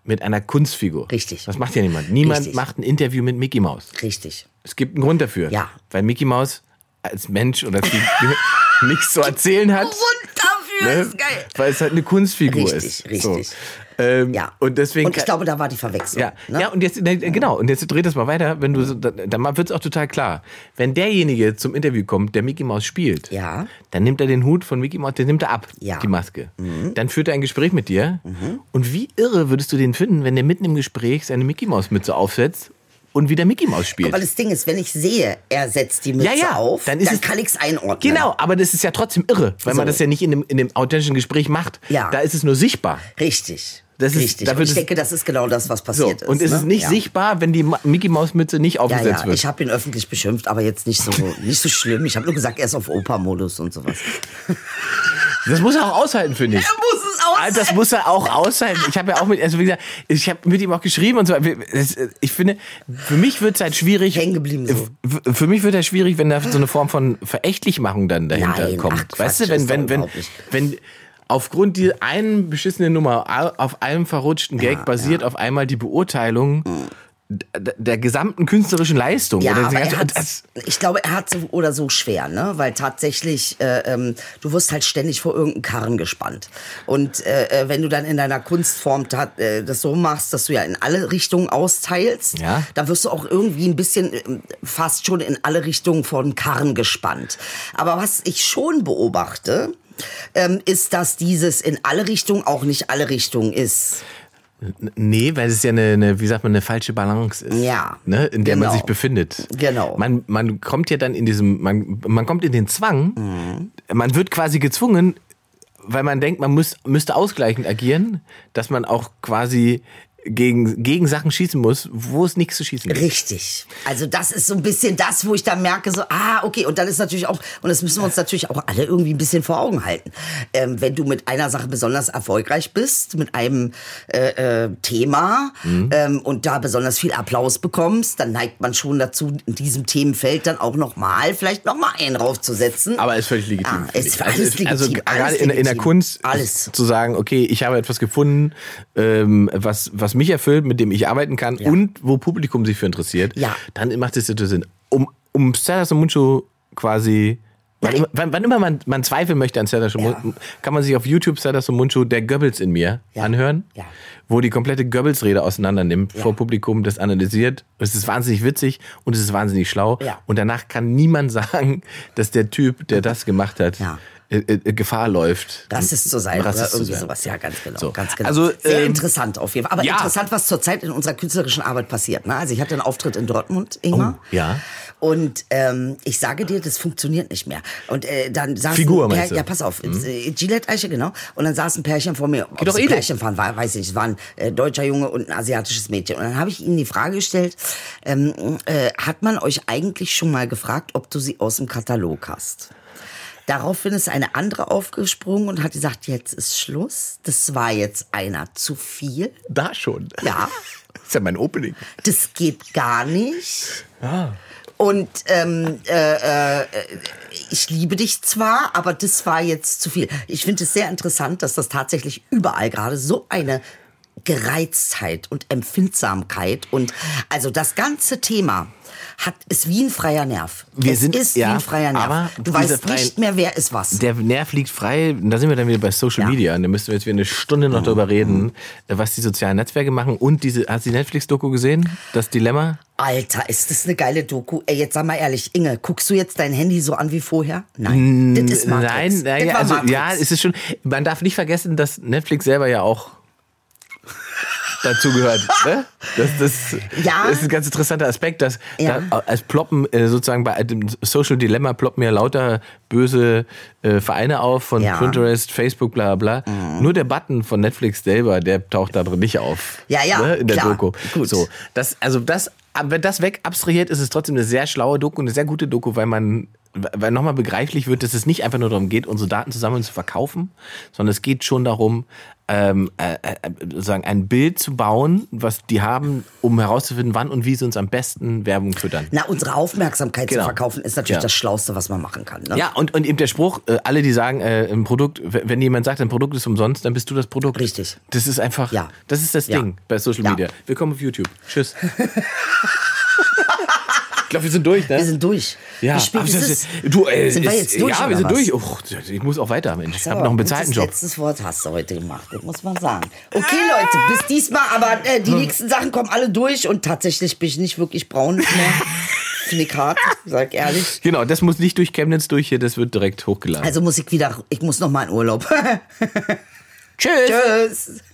S5: mit einer Kunstfigur.
S4: Richtig.
S5: Das macht ja niemand. Niemand
S4: Richtig.
S5: macht ein Interview mit Mickey Mouse.
S4: Richtig.
S5: Es gibt einen Grund dafür.
S4: Ja.
S5: Weil Mickey Mouse als Mensch oder als Figur nichts zu erzählen
S4: Oh,
S5: hat.
S4: Grund dafür
S5: Ne? Weil es halt eine Kunstfigur ist.
S4: Richtig, richtig.
S5: So. Ähm,
S4: Ja.
S5: Und deswegen.
S4: Und ich glaube, da war die Verwechslung.
S5: ja,
S4: ne?
S5: ja, und jetzt, ne, genau, und jetzt dreht das mal weiter, wenn du, so- dann, dann wird es auch total klar. Wenn derjenige zum Interview kommt, der Mickey Mouse spielt,
S4: Ja.
S5: dann nimmt er den Hut von Mickey Mouse, den nimmt er ab,
S4: Ja. Mhm.
S5: die Maske. Dann führt er ein Gespräch mit dir. Und wie irre würdest du den finden, wenn der mitten im Gespräch seine Mickey Maus Mütze aufsetzt und wieder Mickey Mouse spielt?
S4: Weil das Ding ist, wenn ich sehe, er setzt die Mütze
S5: ja, ja,
S4: auf, dann,
S5: es-
S4: kann ich es einordnen.
S5: Genau, aber das ist ja trotzdem irre, weil man
S4: So.
S5: das ja nicht in dem, in dem authentischen Gespräch macht.
S4: Ja.
S5: Da ist es nur sichtbar.
S4: Richtig.
S5: Das ist-
S4: richtig.
S5: da
S4: Und
S5: wird
S4: ich
S5: es-
S4: denke, das ist genau das, was
S5: So,
S4: passiert ist.
S5: und es
S4: ne?
S5: ist nicht
S4: ja.
S5: sichtbar, wenn die Ma- Mickey Maus Mütze nicht
S4: Ja,
S5: aufgesetzt
S4: ja,
S5: wird.
S4: ich habe ihn öffentlich beschimpft, aber jetzt nicht so, nicht so schlimm. Ich habe nur gesagt, er ist auf Opa-Modus und sowas.
S5: Das muss er auch aushalten, finde ich.
S4: muss es auch
S5: Alter, Ah, das muss er auch aushalten. Ich habe ja auch mit, also wie gesagt, ich habe mit ihm auch geschrieben und so. Das- Ich finde, für mich wird es halt schwierig.
S4: Hängen geblieben so.
S5: F- Für mich wird es schwierig, wenn da so eine Form von Verrechtlichmachung dann dahinter
S4: Nein,
S5: kommt.
S4: ach Quatsch,
S5: weißt du,
S4: ist
S5: wenn,
S4: doch
S5: wenn, wenn,
S4: überhaupt nicht.
S5: wenn aufgrund dieser einen beschissenen Nummer, au- auf einem verrutschten Gag basiert auf einmal die Beurteilung d- der gesamten künstlerischen Leistung.
S4: Ja,
S5: Oder
S4: aber
S5: diese
S4: er
S5: ganze-
S4: hat's, ich glaube, er hat so oder so schwer, ne? Weil tatsächlich, äh, ähm, du wirst halt ständig vor irgendeinen Karren gespannt. Und äh, äh, wenn du dann in deiner Kunstform ta- äh, das so machst, dass du ja in alle Richtungen austeilst,
S5: Ja.
S4: dann wirst du auch irgendwie ein bisschen äh, fast schon in alle Richtungen vor den Karren gespannt. Aber was ich schon beobachte, ähm, ist, dass dieses in alle Richtungen auch nicht alle Richtungen ist.
S5: Nee, weil es ja eine, eine, wie sagt man, eine falsche Balance ist.
S4: Ja,
S5: Ne, in der man
S4: genau.
S5: sich befindet.
S4: Genau.
S5: Man, man kommt ja dann in diesem, man, man kommt in den Zwang,
S4: Mhm.
S5: man wird quasi gezwungen, weil man denkt, man muss, müsste ausgleichend agieren, dass man auch quasi gegen, gegen Sachen schießen muss, wo es nichts zu schießen gibt.
S4: Richtig. Also das ist so ein bisschen das, wo ich dann merke, so, ah, okay, und dann ist natürlich auch, und das müssen wir uns natürlich auch alle irgendwie ein bisschen vor Augen halten. Ähm, wenn du mit einer Sache besonders erfolgreich bist, mit einem äh, äh, Thema
S5: Mhm.
S4: ähm, und da besonders viel Applaus bekommst, dann neigt man schon dazu, in diesem Themenfeld dann auch nochmal, vielleicht nochmal einen draufzusetzen.
S5: Aber ist völlig legitim.
S4: Ah,
S5: finde
S4: ist
S5: ich.
S4: alles
S5: also,
S4: legitim,
S5: Also
S4: alles
S5: gerade in, in der
S4: legitim.
S5: Kunst
S4: Alles.
S5: zu sagen, okay, ich habe etwas gefunden, ähm, was, was mich erfüllt, mit dem ich arbeiten kann und wo Publikum sich für interessiert,
S4: Ja.
S5: dann macht es natürlich Sinn. Um, um Stardust und Muncho quasi... Wann, immer- wann, wann immer man, man zweifeln möchte an Stardust und
S4: Ja.
S5: Muncho, kann man sich auf YouTube Stardust und Muncho der Goebbels in mir
S4: Ja.
S5: anhören,
S4: Ja.
S5: wo die komplette Goebbels-Rede auseinander nimmt, vor Publikum das analysiert. Es ist wahnsinnig witzig und es ist wahnsinnig schlau.
S4: Ja.
S5: Und danach kann niemand sagen, dass der Typ, der das gemacht hat,
S4: Ja.
S5: äh, äh, Gefahr läuft.
S4: Das ist zu sein
S5: um Rassist
S4: oder
S5: zu
S4: irgendwie
S5: sein.
S4: sowas. Ja, ganz genau.
S5: So.
S4: Ganz genau.
S5: Also,
S4: Sehr
S5: ähm,
S4: interessant auf jeden Fall. Aber
S5: ja.
S4: interessant, was zurzeit in unserer künstlerischen Arbeit passiert. Ne? Also ich hatte einen Auftritt in Dortmund, Ingmar.
S5: Oh, ja.
S4: Und ähm, ich sage dir, das funktioniert nicht mehr. Und äh, dann saß
S5: Figur,
S4: ein
S5: meinst du? Mhm.
S4: Ja, pass auf. äh, Gillette-Eiche, genau. Und dann saß ein Pärchen vor mir. Ob
S5: doch eh
S4: es ein
S5: edel.
S4: Pärchen waren, war, weiß ich nicht. Es waren äh, deutscher Junge und ein asiatisches Mädchen. Und dann habe ich ihnen die Frage gestellt, ähm, äh, hat man euch eigentlich schon mal gefragt, ob du sie aus dem Katalog hast? Daraufhin ist eine andere aufgesprungen und hat gesagt, jetzt ist Schluss. Das war jetzt einer zu viel.
S5: Da schon.
S4: Ja.
S5: Das ist ja mein Opening.
S4: Das geht gar nicht. Und ähm, äh, äh, ich liebe dich zwar, aber das war jetzt zu viel. Ich finde es sehr interessant, dass das tatsächlich überall gerade so eine Gereiztheit und Empfindsamkeit und also das ganze Thema hat ist wie ein freier Nerv.
S5: Wir
S4: es
S5: sind-
S4: ist wie
S5: ja,
S4: ein freier Nerv.
S5: aber
S4: du
S5: dieser
S4: weißt
S5: freie-
S4: nicht mehr, wer ist was.
S5: Der Nerv liegt frei. Da sind wir dann wieder bei Social
S4: Ja. Mhm.
S5: Media. Und da müssen wir jetzt wieder eine Stunde noch darüber reden, was die sozialen Netzwerke machen. Und diese, hast du die Netflix-Doku gesehen? Das Dilemma?
S4: Alter, ist das eine geile Doku. Ey, jetzt sag mal ehrlich, Inge, guckst du jetzt dein Handy so an wie vorher? Nein, das ist Matrix.
S5: Nein, nein,
S4: das
S5: ja,
S4: war
S5: also,
S4: Matrix.
S5: ja, es ist schon. Man darf nicht vergessen, dass Netflix selber ja auch dazu gehört. ne? Das, das,
S4: Ja.
S5: das ist ein ganz interessanter Aspekt, dass
S4: Ja.
S5: da, als ploppen äh, sozusagen bei dem Social Dilemma ploppen ja lauter böse äh, Vereine auf von
S4: Ja. Mhm.
S5: Pinterest, Facebook, bla bla. bla. Nur der Button von Netflix selber, der taucht da drin nicht auf.
S4: Ja, ja,
S5: Ne? In der
S4: klar.
S5: Doku.
S4: Gut.
S5: So, das, also das, aber wenn das weg abstrahiert, ist es trotzdem eine sehr schlaue Doku, eine sehr gute Doku, weil man, weil nochmal begreiflich wird, dass es nicht einfach nur darum geht, unsere Daten zu sammeln und zu verkaufen, sondern es geht schon darum, ähm, äh, äh, sozusagen ein Bild zu bauen, was die haben, um herauszufinden, wann und wie sie uns am besten Werbung füttern.
S4: Na, unsere Aufmerksamkeit
S5: Genau.
S4: zu verkaufen ist natürlich
S5: Ja.
S4: das Schlauste, was man machen kann. Ne?
S5: Ja, und, und eben der Spruch, äh, alle, die sagen, äh, ein Produkt, w- wenn jemand sagt, ein Produkt ist umsonst, dann bist du das Produkt.
S4: Richtig.
S5: Das ist einfach,
S4: Ja.
S5: das ist das
S4: Ja.
S5: Ding bei Social
S4: Ja.
S5: Media. Willkommen auf YouTube. Tschüss. ich glaube, wir sind durch, ne?
S4: Wir sind durch.
S5: ja,
S4: Wie spät
S5: aber
S4: ist
S5: das
S4: es?
S5: ist- du, äh,
S4: sind wir
S5: ist-
S4: jetzt durch?
S5: Ja, wir
S4: oder
S5: sind
S4: was?
S5: durch. Och, ich muss auch weiter, Mensch. Ich
S4: Das ist
S5: habe
S4: aber
S5: noch einen
S4: ein
S5: bezahlten
S4: gutes
S5: Job.
S4: Letztes Wort hast du heute gemacht, das muss man sagen. Okay, Leute, bis diesmal, aber äh, die
S5: Hm.
S4: nächsten Sachen kommen alle durch und tatsächlich bin ich nicht wirklich braun mehr. Finde ich hart, sag ehrlich.
S5: Genau, das muss nicht durch Chemnitz durch hier, das wird direkt hochgeladen.
S4: Also muss ich wieder, ich muss noch mal in Urlaub.
S5: Tschüss.
S4: Tschüss.